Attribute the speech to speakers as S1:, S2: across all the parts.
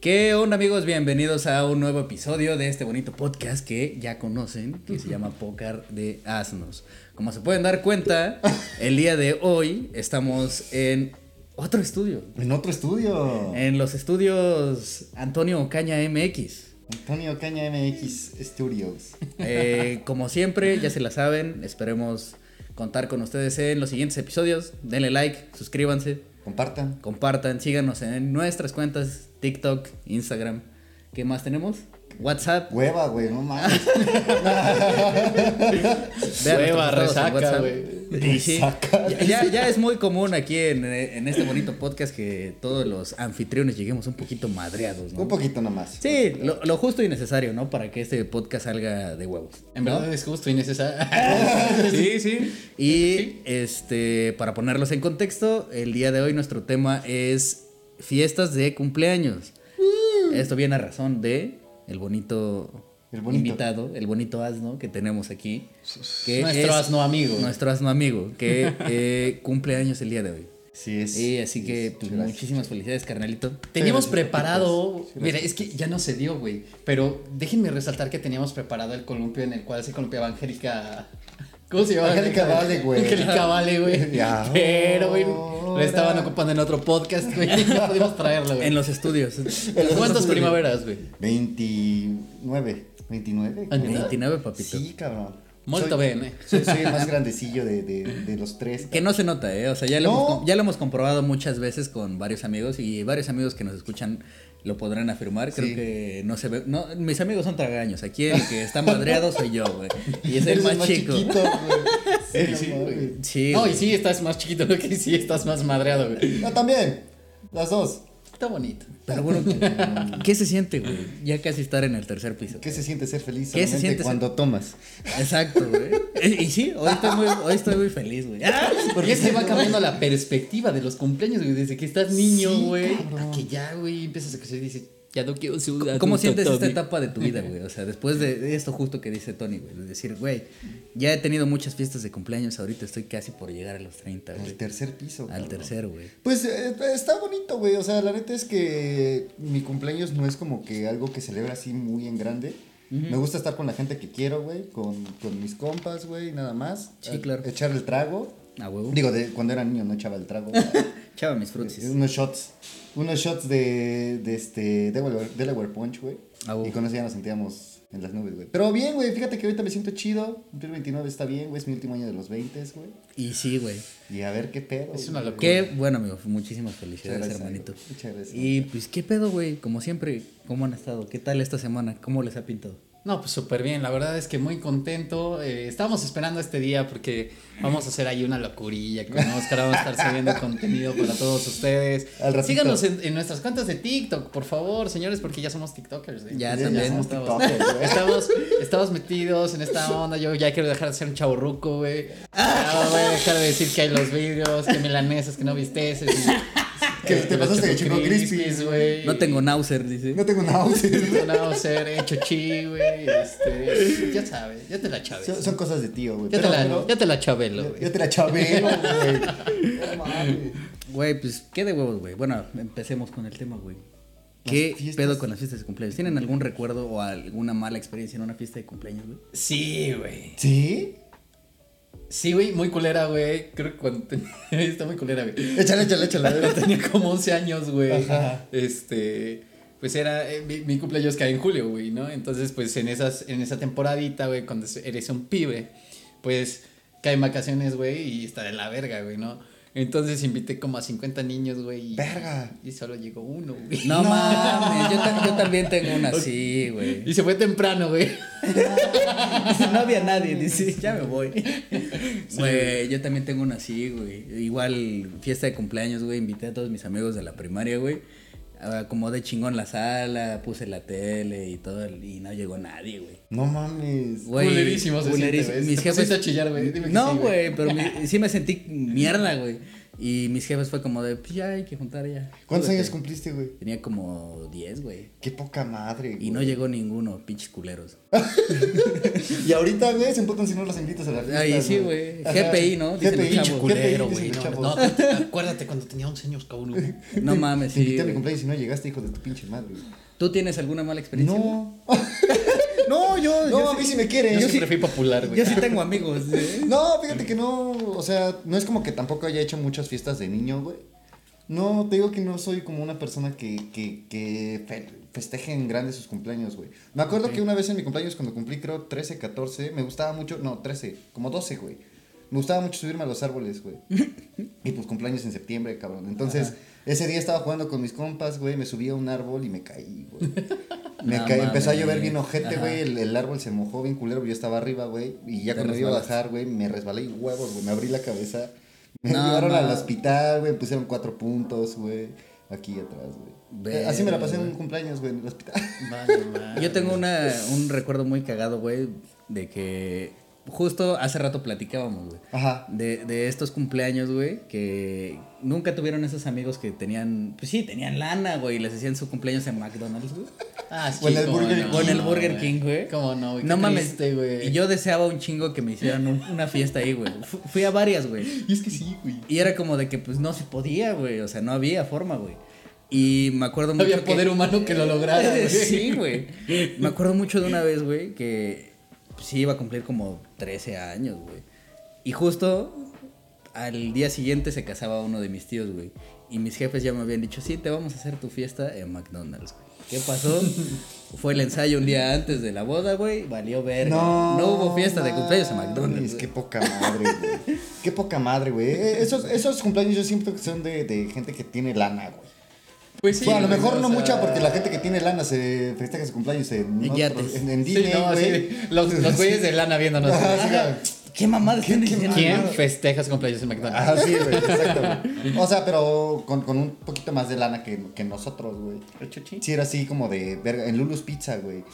S1: ¿Qué onda amigos? Bienvenidos a un nuevo episodio de este bonito podcast que ya conocen, que se llama Pócar de Asnos. Como se pueden dar cuenta, el día de hoy estamos en otro estudio,
S2: En otro estudio.
S1: en los estudios Antonio Ocaña MX.
S2: Antonio Caña MX Studios.
S1: Eh, como siempre, ya se la saben, esperemos contar con ustedes en los siguientes episodios. Denle like, suscríbanse,
S2: Compartan.
S1: compartan, síganos en nuestras cuentas TikTok, Instagram. ¿Qué más tenemos? WhatsApp.
S2: Hueva, güey, no mames.
S1: Vean nuestros
S3: Hueva,
S1: estados en
S3: resaca,
S1: WhatsApp.
S3: güey.
S1: Y sí,
S2: Resaca.
S1: ya- ya, ya es muy común aquí en, en este bonito podcast que todos los anfitriones lleguemos un poquito madreados, ¿no?
S2: Un poquito nomás.
S1: Sí, lo, lo justo y necesario, ¿no? Para que este podcast salga de huevos.
S3: En
S1: ¿no?
S3: verdad es justo y necesario. sí, sí.
S1: Y este, para ponerlos en contexto, el día de hoy nuestro tema es fiestas de cumpleaños. Esto viene a razón de el bonito,
S2: Uh. El bonito.
S1: invitado, el bonito asno que tenemos aquí. que
S3: Nuestro
S1: es
S3: asno amigo.
S1: Nuestro asno amigo, que eh, cumple años el día de hoy.
S2: Sí, es.
S1: Y así que pues,
S2: Gracias.
S1: muchísimas felicidades, carnalito.
S3: Teníamos
S2: Pero,
S3: preparado.
S2: sí,
S3: Mira, es que ya no se dio, güey. Pero déjenme resaltar que teníamos preparado el columpio en el cual se columpiaba Angélica. ¿Cómo se llama?
S2: Angélica Vale, güey.
S3: Angélica Vale, güey.
S2: Ya.
S3: Pero, güey, lo
S2: Ahora.
S3: estaban ocupando en otro podcast, güey. No pudimos traerlo, güey.
S1: En los estudios.
S3: ¿Cuántas primaveras, güey?
S2: 29. 29.
S3: Ah,
S2: cabrón.
S1: 29, papito.
S2: Sí, cabrón.
S3: Molto
S2: Soy-
S3: bien, eh.
S2: Soy, soy el más grandecillo de, de, de los tres.
S1: Que no se nota, ¿eh? O sea, ya lo,
S2: No.
S1: hemos, com- ya lo hemos comprobado muchas veces con varios amigos y varios amigos que nos escuchan lo podrán afirmar. Creo
S2: Sí.
S1: que no se ve. No, mis amigos son tragaños. Aquí el que está madreado soy yo, güey. Y es el
S2: Eres
S1: más, chico.
S2: chiquito, güey.
S3: Sí, sí,
S2: no mames.
S3: güey.
S1: Sí.
S3: No,
S1: güey.
S3: y sí, estás más chiquito, güey, que sí, estás más madreado, güey.
S2: Yo también. Las dos.
S3: Está bonito.
S1: Pero bueno, ¿qué se siente, güey? Ya casi estar en el tercer piso.
S2: ¿Qué se siente ser feliz?
S1: ¿Qué se
S2: solamente
S1: siente ser-
S2: cuando tomas?
S1: Exacto, güey. Y y sí, hoy estoy muy, hoy estoy muy feliz, güey.
S3: Porque se va cambiando la perspectiva de los cumpleaños, güey. Desde que estás niño,
S2: Sí,
S3: güey.
S2: cabrón.
S3: a que ya, güey, empiezas a crecer y dices, ya no quiero ser un
S1: ¿Cómo
S3: adulto,
S1: sientes esta
S3: Toby.
S1: etapa de tu vida, güey? O sea, después de de esto justo que dice Tony, güey. De decir, güey, ya he tenido muchas fiestas de cumpleaños, ahorita estoy casi por llegar a los 30, güey.
S2: Al tercer piso.
S1: Al
S2: cabrón.
S1: tercero, güey.
S2: Pues eh, está bonito, güey. O sea, la neta es que mi cumpleaños no es como que algo que celebra así muy en grande. Me gusta estar con la gente que quiero, güey. Con, con mis compas, güey, nada más.
S1: Sí,
S2: Eh,
S1: claro. Uh.
S2: Echar el trago.
S1: A huevo.
S2: Digo, de, cuando era niño no echaba el trago.
S1: Chava, mis
S2: Eh,
S1: frutis.
S2: unos shots. Unos shots de, de este Delaware, Delaware Punch, güey.
S1: A huevo.
S2: Y con eso ya nos sentíamos en las nubes, güey. Pero bien, güey. Fíjate que ahorita me siento chido. Cumplir 29 está bien, güey. Es mi último año de los 20, güey.
S1: Y sí, güey.
S2: Y a ver qué pedo.
S3: Es una
S2: güey.
S3: locura.
S1: Qué bueno, amigo. Muchísimas felicidades,
S2: Muchas gracias,
S1: hermanito.
S2: amigo. Muchas gracias.
S1: Y pues, ¿qué pedo, güey? Como siempre, ¿cómo han estado? ¿Qué tal esta semana? ¿Cómo les ha pintado?
S3: No, pues súper bien, la verdad es que muy contento. eh, estábamos esperando este día porque vamos a hacer ahí una locurilla con Oscar, vamos a estar subiendo contenido para todos ustedes.
S2: Al ratito.
S3: Síganos en, en nuestras cuentas de TikTok, por favor, señores, porque ya somos TikTokers. ¿eh?
S1: Ya
S2: Sí,
S1: también
S2: somos
S3: estamos.
S2: tiktokers, güey.
S3: Estamos, estamos metidos en esta onda. Yo ya quiero dejar de ser un chaburruco, güey. Ya voy a dejar de decir que hay los vidrios, que milanesas, que no visteces. y-
S2: Que te pasaste de Choco Crispies,
S3: güey.
S1: No tengo náuser, dice.
S2: No tengo nada.
S3: No tengo ser hecho chi, güey. Este, ya sabes, ya te la chaves.
S2: Son, son cosas de tío, güey.
S3: ya, te
S2: Pero-
S3: la,
S2: pero-
S3: ya te la chabelo, güey.
S2: yo te la chabelo, güey. No mames.
S1: Güey, pues, ¿qué de huevos, güey? Bueno, empecemos con el tema, güey.
S2: Las
S1: ¿Qué
S2: fiestas.
S1: pedo con las fiestas de cumpleaños? ¿Tienen algún recuerdo o alguna mala experiencia en una fiesta de cumpleaños, güey?
S3: Sí, güey.
S2: ¿Sí?
S3: Sí, güey, muy culera, güey. Creo que cuando tenía... Está muy culera, güey.
S2: Échale, échale, échale. a
S3: Yo
S2: ver.
S3: tenía como 11 años, güey.
S2: Ajá.
S3: Este, pues era, eh, mi, mi cumpleaños cae en julio, güey, ¿no? Entonces, pues en, esas, en esa temporadita, güey, cuando es- eres un pibe, pues caen vacaciones, güey, y está de la verga, güey, ¿no? Entonces invité como a 50 niños, güey. y-
S2: Verga.
S3: Y solo llegó uno, güey.
S1: No, mames, yo, ta- yo también tengo una así, güey.
S3: Y se fue temprano, güey.
S1: No había nadie, dice, ya me voy. Güey, yo también tengo una así, güey. Igual, fiesta de cumpleaños, güey, invité a todos mis amigos de la primaria, güey. acomodé chingón la sala, puse la tele y todo, y no llegó nadie, güey.
S2: No mames.
S1: Güey,
S3: Culerísimo se siente,
S1: culerísimo.
S3: güey.
S1: Mis
S3: Te
S1: jefes-
S3: pusiste a chillar, güey. Dime que
S1: No,
S3: sí,
S1: güey, pero mi- sí me sentí mierda, güey. Y mis jefes fue como de, pues ya hay que juntar ya.
S2: ¿Cuántos
S1: Súbete.
S2: años cumpliste, güey?
S1: Tenía como 10, güey.
S2: Qué poca madre, güey.
S1: Y no llegó ninguno, pinches culeros.
S2: Y ahorita, güey, se emputan si no los invitas a la fiesta.
S1: Ay, sí, güey.
S2: Ajá.
S1: GPI, ¿no? Dicen los
S2: GPI,
S1: chavos.
S2: GPI,
S3: Culero,
S2: dicen
S3: güey.
S2: los
S3: No,
S2: chavos.
S3: no, pues, acuérdate cuando tenía 11 años, cabrón. güey.
S1: No mames, sí.
S2: Te invité a mi
S1: güey.
S2: cumpleaños y no llegaste, hijo de tu pinche madre. güey.
S1: ¿Tú tienes alguna mala experiencia? güey?
S2: No. no, yo. No, a mí sí me quiere.
S3: Yo
S2: Yo
S3: siempre
S2: sí.
S3: fui popular, güey.
S1: Yo sí tengo amigos. ¿eh?
S2: No, fíjate que no. O sea, no es como que tampoco haya hecho muchas fiestas de niño, güey. No, te digo que no soy como una persona que, que, que fe- festeje en grande sus cumpleaños, güey. Me acuerdo que una vez en mi cumpleaños, cuando cumplí creo 13, 14, me gustaba mucho, no, 13, como 12, güey. Me gustaba mucho subirme a los árboles, güey. y pues cumpleaños en septiembre, cabrón. Entonces, ese día estaba jugando con mis compas, güey, me subí a un árbol y me caí, güey. Me
S1: No
S2: caí, empezó a
S1: mames.
S2: llover bien ojete,
S1: Ajá.
S2: güey, el, el árbol se mojó bien culero, yo estaba arriba, güey, y ya
S1: Te
S2: cuando me iba a
S1: resbalaste.
S2: bajar, güey, me resbalé y huevos, güey, me abrí la cabeza. Me
S1: No,
S2: llevaron al
S1: no.
S2: hospital, güey, pusieron cuatro puntos, güey, aquí atrás, güey. Eh,
S1: Verga,
S2: Así me la pasé en
S1: güey.
S2: un cumpleaños, güey, en el hospital.
S3: Vale, madre.
S1: Yo tengo una, un recuerdo muy cagado, güey, de que justo hace rato platicábamos, güey.
S2: Ajá.
S1: De, de estos cumpleaños, güey, que nunca tuvieron esos amigos que tenían, pues sí, tenían lana, güey, y les hacían su cumpleaños en McDonald's, güey.
S3: Ah, sí,
S2: Con el
S3: cómo
S2: Burger
S3: no,
S2: King.
S1: Con el
S3: güey.
S1: Burger King, güey.
S3: Cómo no, güey.
S1: No
S3: Qué
S1: mames.
S3: triste, güey.
S1: Y yo deseaba un chingo que me hicieran un- una fiesta ahí, güey. Fu- Fui a varias, güey.
S3: Y es que sí, güey.
S1: Y era como de que, pues, no se podía, güey. O sea, no había forma, güey. Y me acuerdo
S3: No
S1: mucho
S3: había
S1: que-
S3: poder humano que lo lograra, güey.
S1: Sí, güey. Me acuerdo mucho de una vez, güey, que pues, sí iba a cumplir como 13 años, güey. Y justo al día siguiente se casaba uno de mis tíos, güey. Y mis jefes ya me habían dicho, sí, te vamos a hacer tu fiesta en McDonald's, güey. ¿Qué pasó? Fue el ensayo un día antes de la boda, güey. Valió verga. hubo fiesta de cumpleaños en
S2: mames,
S1: McDonald's.
S2: Qué
S1: güey.
S2: poca madre, güey. Qué poca madre, güey. Eh, Esos, esos cumpleaños yo siento que son de, de gente que tiene lana, güey.
S3: Pues sí.
S2: bueno, a lo
S3: güey,
S2: mejor
S3: o
S2: no
S3: sea,
S2: mucha, porque la gente que tiene lana se festeja su cumpleaños en,
S1: En
S2: otros-
S1: yates.
S2: en, en
S3: sí,
S2: Disney,
S3: no, así
S2: güey. Ah,
S3: de- los, los güeyes de lana viéndonos.
S2: Ajá,
S3: güey.
S2: así como-
S1: ¿Qué mamada están diciendo?
S3: ¿Quién festeja su cumpleaños en McDonald's?
S2: Ah, sí, güey, exacto, güey. O sea, pero con, con un poquito más de lana que, que nosotros, güey. Sí, era así como de verga, en Lulus Pizza, güey.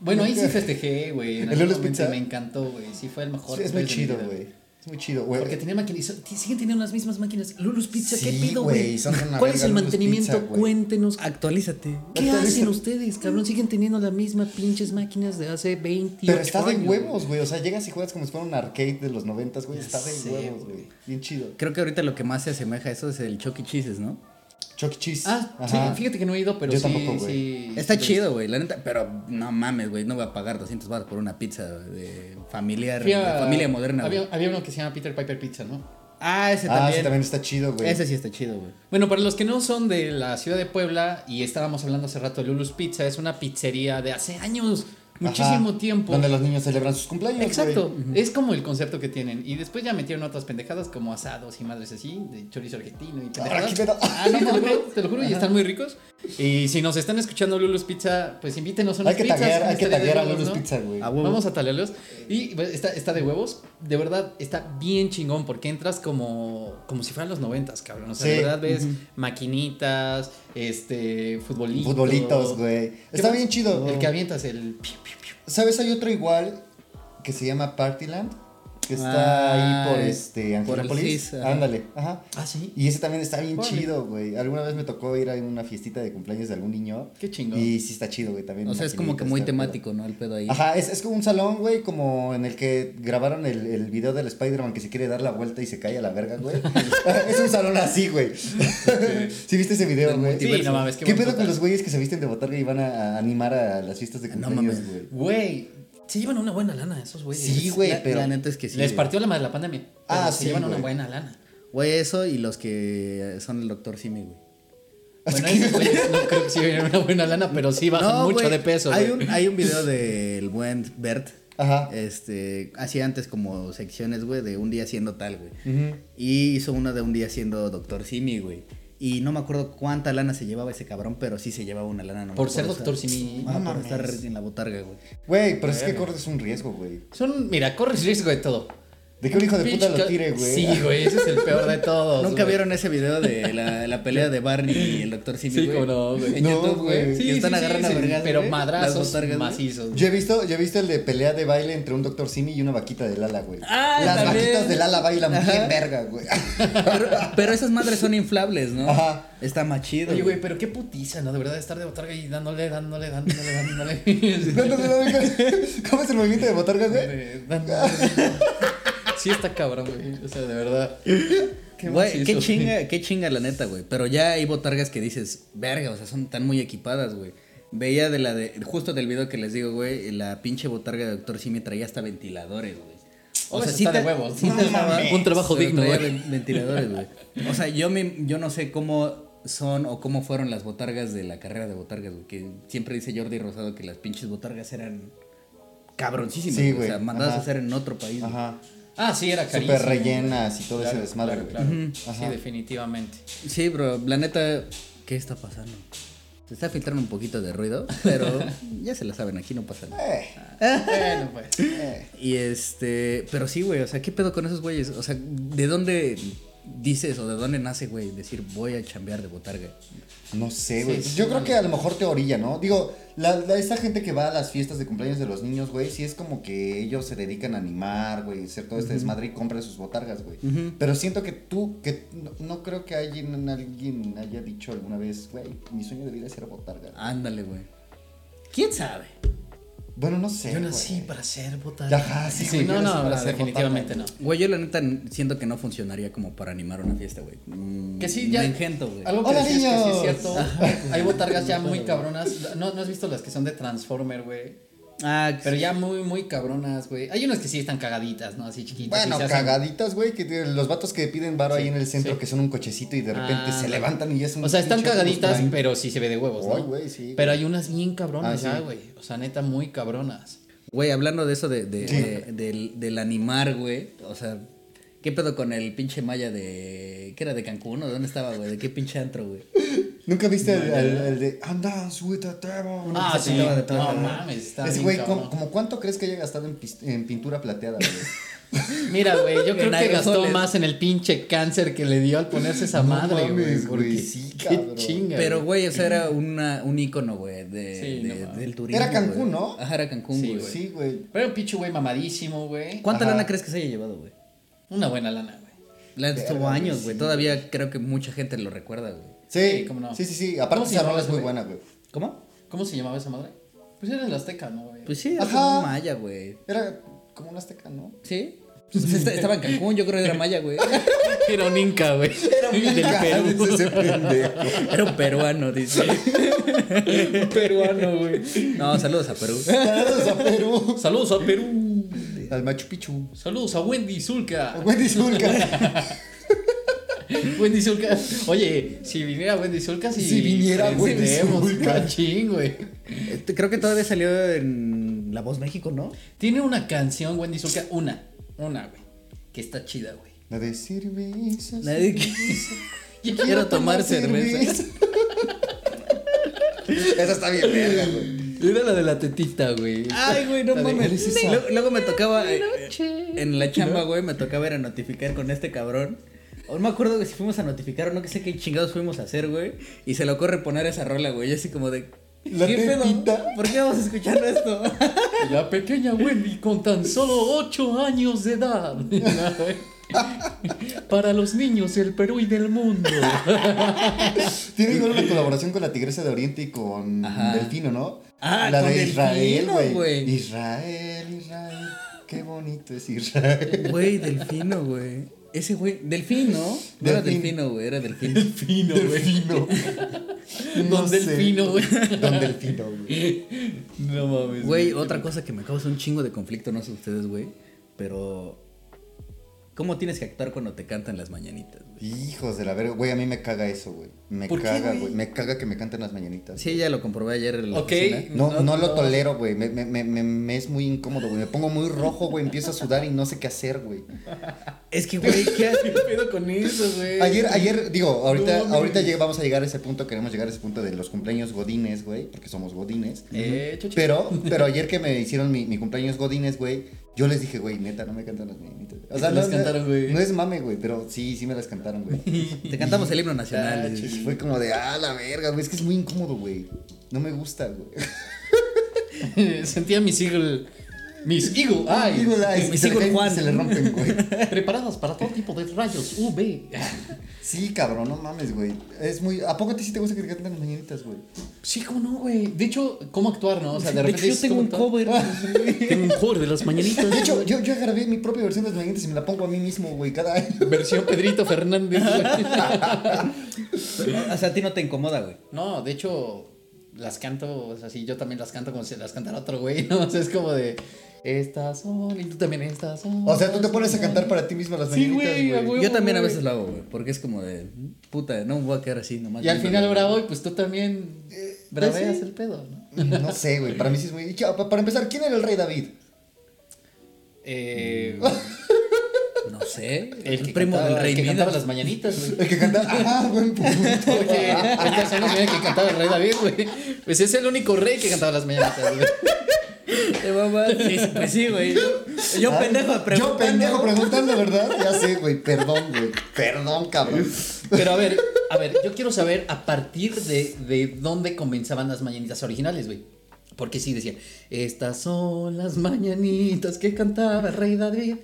S3: Bueno, ahí sí festejé, güey. en
S2: ¿El
S3: algún
S2: Lulu's
S3: momento
S2: Pizza?
S3: Me encantó, güey. Sí fue el mejor.
S2: es muy
S3: cumpleaños pues, de mi
S2: chido,
S3: vida.
S2: güey. Es muy chido, güey.
S3: Porque tenía máquinas. Siguen teniendo las mismas máquinas. Lulus Pizza, ¿qué
S2: Sí,
S3: pido,
S2: güey,
S3: güey?
S2: son una
S3: ¿Cuál es
S2: verga
S3: el
S2: Lulus
S3: mantenimiento?
S2: Pizza, güey.
S3: Cuéntenos.
S1: Actualízate.
S3: ¿Qué hacen ustedes, cabrón? Siguen teniendo las mismas pinches máquinas de hace 20
S2: Pero está de huevos, güey. O sea, llegas y juegas como si fuera un arcade de los noventas, güey. Está de
S3: sé,
S2: huevos,
S3: güey.
S2: güey. Bien chido.
S1: Creo que ahorita lo que más se asemeja a eso es el Chucky Cheeses, ¿no?
S2: Chuck E. Cheese.
S3: Ah,
S2: Ajá.
S3: sí, fíjate que no he ido, pero
S2: Yo
S3: sí,
S2: tampoco, güey.
S3: sí.
S1: Está chido, güey, la neta, pero no mames, güey, no voy a pagar 200 baros por una pizza de familiar,
S3: Fui a-
S1: de familia moderna, güey.
S3: Había, había uno que se llama Peter Piper Pizza, ¿no?
S1: Ah, ese
S2: Ah,
S1: también.
S2: ese también está chido, güey.
S1: Ese sí está chido, güey.
S3: Bueno, para los que no son de la ciudad de Puebla y estábamos hablando hace rato de Lulus Pizza, es una pizzería de hace años,
S2: Ajá.
S3: muchísimo tiempo.
S2: Donde los niños celebran sus cumpleaños,
S3: Exacto,
S2: güey.
S3: es como el concepto que tienen. Y después ya metieron otras pendejadas como asados y madres así, de chorizo argentino y
S2: Ahora,
S3: pendejadas.
S2: ¿qué pedo?
S3: Ah, no, te lo juro, te lo juro, y están muy ricos. Y si nos están escuchando Lulus Pizza, pues invítenos a unas
S2: Hay que
S3: pizzas,
S2: taguear, hay que
S3: estaría de
S2: taguear a
S3: huevos,
S2: Lulus
S3: ¿no?
S2: Pizza, güey.
S1: Ah, huevo.
S3: Vamos a talearlos. Y pues, está, está de huevos. De verdad, está bien chingón porque entras como, como si fueran los noventas, cabrón. O sea,
S2: Sí.
S3: de verdad ves maquinitas, este, futbolitos.
S2: Futbolitos, güey.
S3: ¿Qué
S2: Está
S3: más?
S2: bien chido.
S3: El que avientas el... piu, piu, piu.
S2: ¿Sabes? Hay otro igual que se llama Partyland. Que está
S1: Ah,
S2: ahí por
S1: es-
S2: este
S1: por el
S2: Angelópolis.
S1: CIS, ajá.
S2: Ándale, ajá.
S3: Ah, sí.
S2: Y ese también está bien
S3: Órale.
S2: chido, güey. Alguna vez me tocó ir a una fiestita de cumpleaños de algún niño.
S3: Qué chingón.
S2: Y sí está chido, güey, también.
S1: O sea, es como que muy
S2: maquinitas, está
S1: temático, ¿no? El pedo ahí.
S2: chido. Ajá, es, es como un salón, güey, como en el que grabaron el, el video del Spider-Man que se quiere dar la vuelta y se cae a la verga, güey. es un salón así, güey. ¿Sí viste ese video,
S1: Del
S2: güey?
S1: multiverso. Sí,
S3: no mames, qué
S2: ¿Qué
S3: buen
S2: pedo con
S3: total.
S2: los güeyes que se visten de botarga y van a, a animar a las fiestas de
S1: No
S2: cumpleaños,
S1: mames.
S2: güey?
S3: Güey, se llevan una buena lana esos güeyes.
S2: Sí, güey,
S1: La-
S2: pero-
S1: La neta es que sí.
S3: Les
S1: güey.
S3: partió la madre la pandemia. pero
S2: Ah,
S3: se
S2: sí,
S3: llevan una
S2: güey.
S3: buena lana.
S1: Güey, eso y los que son el doctor Simi, güey.
S3: Bueno, esos güeyes no creo que sí lleven una buena lana, pero sí bajan mucho
S1: güey,
S3: de peso.
S1: Hay
S3: güey.
S1: un, hay un video del buen Bert.
S2: Ajá.
S1: Este, hacía antes como secciones, güey, de un día siendo tal, güey. Y hizo una de un día siendo Doctor Simi, güey. Y no me acuerdo cuánta lana se llevaba ese cabrón, pero sí se llevaba una lana. No me
S3: Por
S1: acuerdo,
S3: ser
S1: o sea,
S3: Dr. Simi.
S1: ah,
S2: No
S1: por
S2: mames.
S1: estar en la botarga, güey.
S2: Güey, pero es que corres un riesgo, güey.
S3: Son, mira, corres riesgo de todo.
S2: De que un hijo de puta
S3: Pinche
S2: lo tire,
S3: ca-
S2: güey.
S3: Sí, güey, ese es el peor de todos.
S1: Nunca
S3: güey.
S1: vieron ese video de la, la pelea de Barney y el doctor Simi,
S3: Sí,
S1: güey?
S3: cómo no, güey.
S1: En
S2: No,
S1: YouTube, güey.
S2: güey.
S1: Sí, están agarrando
S3: sí,
S1: a vergas,
S3: Pero
S1: güey, las
S3: madrazos
S1: botargas, güey.
S3: macizos. güey.
S2: Yo he visto, yo he visto el de pelea de baile entre un Dr. Simi y una vaquita del ala, güey.
S1: Ah,
S2: Las
S1: también.
S2: vaquitas del ala bailan
S1: Ajá.
S2: bien verga, güey.
S1: Pero, pero esas madres son inflables, ¿no?
S2: Ajá.
S1: Está más chido.
S3: Oye, güey, pero qué putiza, ¿no? De verdad, estar de botarga y dándole, dándole, dándole, dándole.
S2: ¿No
S3: dándole.
S2: te das cuenta? ¿Cómo es el movimiento de botarga, güey?
S3: Sí está cabrón, güey. O sea, de verdad.
S1: Qué,
S3: Qué
S1: güey, qué
S3: macizo.
S1: chinga, qué chinga la neta, güey. Pero ya hay botargas que dices, verga, o sea, son tan muy equipadas, güey. Veía de la de, justo del video que les digo, güey, la pinche botarga de Doctor Simi traía hasta ventiladores, güey.
S3: Oh, eso está de huevos.
S1: sí
S3: No
S1: te daba-
S3: mames. Un trabajo
S1: pero
S3: digno,
S1: traía
S3: güey.
S1: ven- Ventiladores, güey. O sea, yo, me, yo no sé cómo son o cómo fueron las botargas de la carrera de botargas, güey. Que siempre dice Jordi Rosado que las pinches botargas eran cabroncísimas.
S2: Sí,
S1: güey. O sea,
S2: güey,
S1: mandadas a
S2: ajá.
S1: hacer en otro país. güey.
S2: Ajá.
S3: Ah, sí, era carísimo.
S2: Súper rellenas y todo ese
S3: Claro,
S2: desmadre,
S3: claro,
S2: güey.
S3: claro. Sí,
S2: Ajá.
S3: definitivamente.
S1: Sí, bro, la neta, ¿qué está pasando? Se está filtrando un poquito de ruido, pero ya se la saben, aquí no pasa nada.
S2: Eh,
S3: bueno, pues.
S2: eh.
S1: Y este, pero sí, güey, o sea, ¿qué pedo con esos güeyes? O sea, ¿de dónde dices o de dónde nace, güey, decir voy a chambear de botarga?
S2: No sé, güey.
S3: Sí, sí,
S2: Yo creo que a lo mejor te orilla, ¿no? Digo, la, la- esa gente que va a las fiestas de cumpleaños de los niños, güey, sí es como que ellos se dedican a animar, güey, hacer todo este desmadre y compran sus botargas, güey. Pero siento que tú, que no, no creo que alguien, alguien haya dicho alguna vez, güey, mi sueño de vida es ser botarga.
S1: Ándale, güey. ¿Quién sabe?
S2: Bueno, no sé.
S3: Yo
S2: güey.
S3: nací para ser botarga.
S2: Ya, ajá, sí,
S3: sí
S2: güey,
S3: no,
S2: yo nací
S3: no,
S2: para
S3: no,
S2: ser
S3: definitivamente no.
S2: botarga.
S1: Güey, yo la neta n- siento que no funcionaría como para animar una fiesta, güey. Mm,
S3: Que sí, ya.
S1: Me engento, güey.
S3: Algo que
S2: ¡Hola,
S3: decías que sí es
S2: niños!
S3: cierto. Hay botargas ya muy cabronas. ¿No, ¿No has visto las que son de Transformer, güey?
S1: Ah,
S3: Pero ya muy, muy cabronas, güey. Hay unas que sí están cagaditas, ¿no? Así chiquitas.
S2: Bueno,
S3: y se hacen-
S2: cagaditas, güey, que te- los vatos que piden varo ahí en el centro
S3: sí.
S2: que son un cochecito y de repente
S3: Ah,
S2: se levantan y ya es un
S3: O sea, están
S2: pinche Optimus
S3: cagaditas,
S2: Prime.
S3: pero sí se ve de huevos, ¿no?
S2: Ay, güey, sí,
S3: Pero hay unas bien cabronas
S2: Ah,
S3: ya,
S2: sí.
S3: güey. O sea, neta, muy cabronas.
S1: Güey, hablando de eso de, de-
S2: Sí.
S1: de- del, del animar, güey. O sea, ¿qué pedo con el pinche maya de. ¿Qué era de Cancún o de dónde estaba, güey? ¿De qué pinche antro, güey?
S2: ¿Nunca viste el, el- el de Anda, with a Devil?
S3: Ah,
S2: Ese
S3: sí.
S2: tema de
S3: No
S2: plata,
S3: mames, está
S2: Ese
S3: bien
S2: güey,
S3: cabrón.
S2: ¿cómo- como cuánto crees que haya gastado en, pis- en pintura plateada, güey?
S3: Mira, güey, yo
S1: En
S3: creo que gastó
S1: aerosoles.
S3: más en el pinche cáncer que le dio al ponerse esa madre, güey.
S2: mames,
S3: Porque
S2: güey,
S3: sí,
S2: sí,
S3: qué
S2: cabrón.
S3: chinga.
S1: Pero, güey, o sea, era una, un ícono, güey, de,
S3: Sí,
S1: de-
S3: no mames.
S1: del turismo.
S2: Era Cancún,
S1: güey.
S2: ¿no?
S1: Ajá, era Cancún,
S3: Sí,
S1: güey.
S3: güey.
S2: Pues Sí, güey.
S3: Pero era un pinche güey mamadísimo, güey.
S1: ¿Cuánta
S2: Ajá.
S1: lana crees que se haya llevado, güey?
S3: Una buena lana, güey.
S1: La neta estuvo
S2: Verga,
S1: años,
S2: sí,
S1: güey. Todavía creo que mucha gente lo recuerda, güey.
S2: Sí,
S3: Sí, cómo no.
S2: sí, sí, sí.
S3: ¿Cómo
S2: Aparte,
S3: se
S2: esa rola
S3: llamaba
S2: es
S3: ese
S2: muy
S3: güey?
S2: buena, güey.
S1: ¿Cómo?
S3: ¿Cómo se llamaba esa madre? Pues era el Azteca, ¿no, güey?
S1: Pues sí, era
S2: Ajá.
S1: como maya, güey.
S2: Era como una azteca, ¿no?
S1: ¿Sí? Pues esta- estaba en Cancún, yo creo que era maya, güey.
S3: Era un inca, güey. Era un
S2: Dice ese pendejo.
S1: Era un peruano, dice.
S3: peruano, güey.
S1: No, saludos a Perú.
S2: Saludos a Perú.
S3: Saludos a Perú.
S2: Al Machu Picchu.
S3: Saludos a Wendy Zulka.
S2: A Wendy Zulka.
S3: Wendy Zulka. Oye, si viniera Wendy Zulka, si,
S2: Si viniera Wendy Zulka.
S3: Cachín, güey.
S1: Este, Creo que todavía salió en La Voz México, ¿no?
S3: Tiene una canción, Wendy Zulka, una, una, güey, que está chida, güey.
S2: La de cerveza.
S1: Nadie que-
S3: Yo
S1: Quiero tomar cerveza.
S2: Esa está bien, verga, güey.
S3: Era la de la tetita, güey.
S1: Ay, güey, no
S3: La de-
S1: mames.
S2: ¿cuál es esa?
S1: Luego, luego me tocaba. eh, eh, en la chamba, güey, me tocaba ir a notificar con este cabrón. O No me acuerdo que si fuimos a notificar o no, que sé qué chingados fuimos a hacer, güey. Y se le ocurre poner esa rola, güey. y así como de.
S2: La
S1: ¿Qué
S2: tetita.
S1: ¿Por qué vamos a escuchar esto?
S3: La pequeña Wendy con tan solo 8 años de edad. Para los niños del Perú y del mundo.
S2: Tiene igual una colaboración con la Tigresa de Oriente y con
S1: Ajá.
S2: Delfino, ¿no?
S1: Ah,
S2: la
S1: con
S2: de
S1: Delfino,
S2: Israel,
S1: güey.
S2: güey. Israel, Israel. Qué bonito es Israel.
S1: Güey, Delfino, güey. Ese güey, Delfino. No era
S2: Delfín.
S1: Delfino, güey, era Delfino.
S3: Delfino,
S2: Delfino.
S3: Don
S2: sé.
S3: Delfino, güey.
S2: Don Delfino, güey.
S3: No mames.
S1: Güey, otra cosa que me causa un chingo de conflicto, no sé ustedes, güey, pero ¿cómo tienes que actuar cuando te cantan las mañanitas? güey?
S2: Hijos de la verga, güey, a mí me caga eso, güey. Me
S3: ¿Por qué,
S2: caga,
S3: güey?
S2: güey. Me caga que me canten las mañanitas.
S1: Sí, ya lo comprobé ayer en la
S3: Ok.
S1: oficina.
S2: No,
S3: No,
S2: no,
S3: no.
S2: lo tolero, güey. Me, me, me, me- me es muy incómodo, güey. Me pongo muy rojo, güey. Empiezo a sudar y no sé qué hacer, güey.
S1: Es que, güey, ¿qué
S3: ¿Qué
S1: haces?
S3: pedo con eso, güey?
S2: Ayer, ayer, digo, ahorita,
S3: No, no,
S2: ahorita
S3: no.
S2: lleg- vamos a llegar a ese punto, queremos llegar a ese punto de los cumpleaños godines, güey, porque somos godines.
S3: Eh, chocho.
S2: Pero, pero ayer que me hicieron mi, mi cumpleaños godines, güey, Yo les dije, güey, neta, no me cantan las mañanitas.
S3: Y te las
S2: no,
S3: cantaron, güey.
S2: No es mame, güey, pero sí, sí me las cantaron, güey.
S1: Te cantamos el himno
S3: Ah,
S1: nacional.
S2: Y
S1: y-
S2: fue como de, ah, la verga, güey, es que es muy incómodo, güey. No me gusta, güey.
S3: Sentía mis eagle. Mis eagle eyes. Eh,
S2: Eagle Eyes,
S1: mi
S2: se le
S1: Eagle
S2: caen-
S1: Juan.
S2: Se le rompen, güey.
S3: Preparadas para todo tipo de rayos UV.
S2: Sí, cabrón, no mames, güey. Es muy. ¿A poco a ti sí te gusta que te canten las mañanitas, güey?
S3: Sí, cómo no, güey. De hecho, ¿cómo actuar, no? O sea, de
S1: De hecho,
S3: repente.
S1: yo
S3: dices,
S1: tengo
S3: ¿cómo
S1: un
S3: actuar?
S1: cover.
S4: Tengo un cover de
S3: pues,
S4: las mañanitas.
S2: De hecho, yo, yo grabé mi propia versión de las mañanitas y me la pongo a mí mismo, güey, cada año.
S3: Versión Pedrito Fernández. güey.
S1: o sea, a ti no te incomoda, güey.
S3: No, de hecho, las canto, o sea, sí, yo también las canto como si las cantara otro güey, ¿no? O sea, es como de, estas son, y tú también estas son.
S2: O sea, tú te pones a cantar para ti mismo las
S3: Sí,
S2: mañanitas,
S3: güey, a
S2: güey.
S3: huevo.
S1: Yo también a
S3: güey.
S1: veces lo hago, güey. Porque es como de. Puta, no me voy a quedar así nomás.
S3: Y al
S1: viéndolo,
S3: final,
S1: güey.
S3: bravo, y pues tú también braveas el pedo, ¿no?
S2: No sé, güey, para mí sí es muy. y que, pa- Para empezar, ¿quién era el rey David?
S3: Eh,
S1: No sé.
S3: el
S1: El,
S3: que
S1: primo
S3: cantaba,
S1: del rey
S3: el que cantaba
S1: Midas.
S3: las mañanitas, güey. Ah, este
S2: El que cantaba. Ah, buen punto.
S3: Oye, esta es la mañana que cantaba el rey David, güey. Pues es el único rey que cantaba las mañanitas, güey.
S1: Te mamas. Sí, sí, pues sí, güey. Yo, yo
S2: Ah,
S1: pendejo,
S2: Yo pendejo preguntando, ¿verdad? Ya sé, güey, perdón, güey. Perdón, cabrón.
S3: Pero a ver, a ver, yo quiero saber a partir de, de dónde comenzaban las mañanitas originales, güey. Porque sí decían, estas son las mañanitas que cantaba el rey David.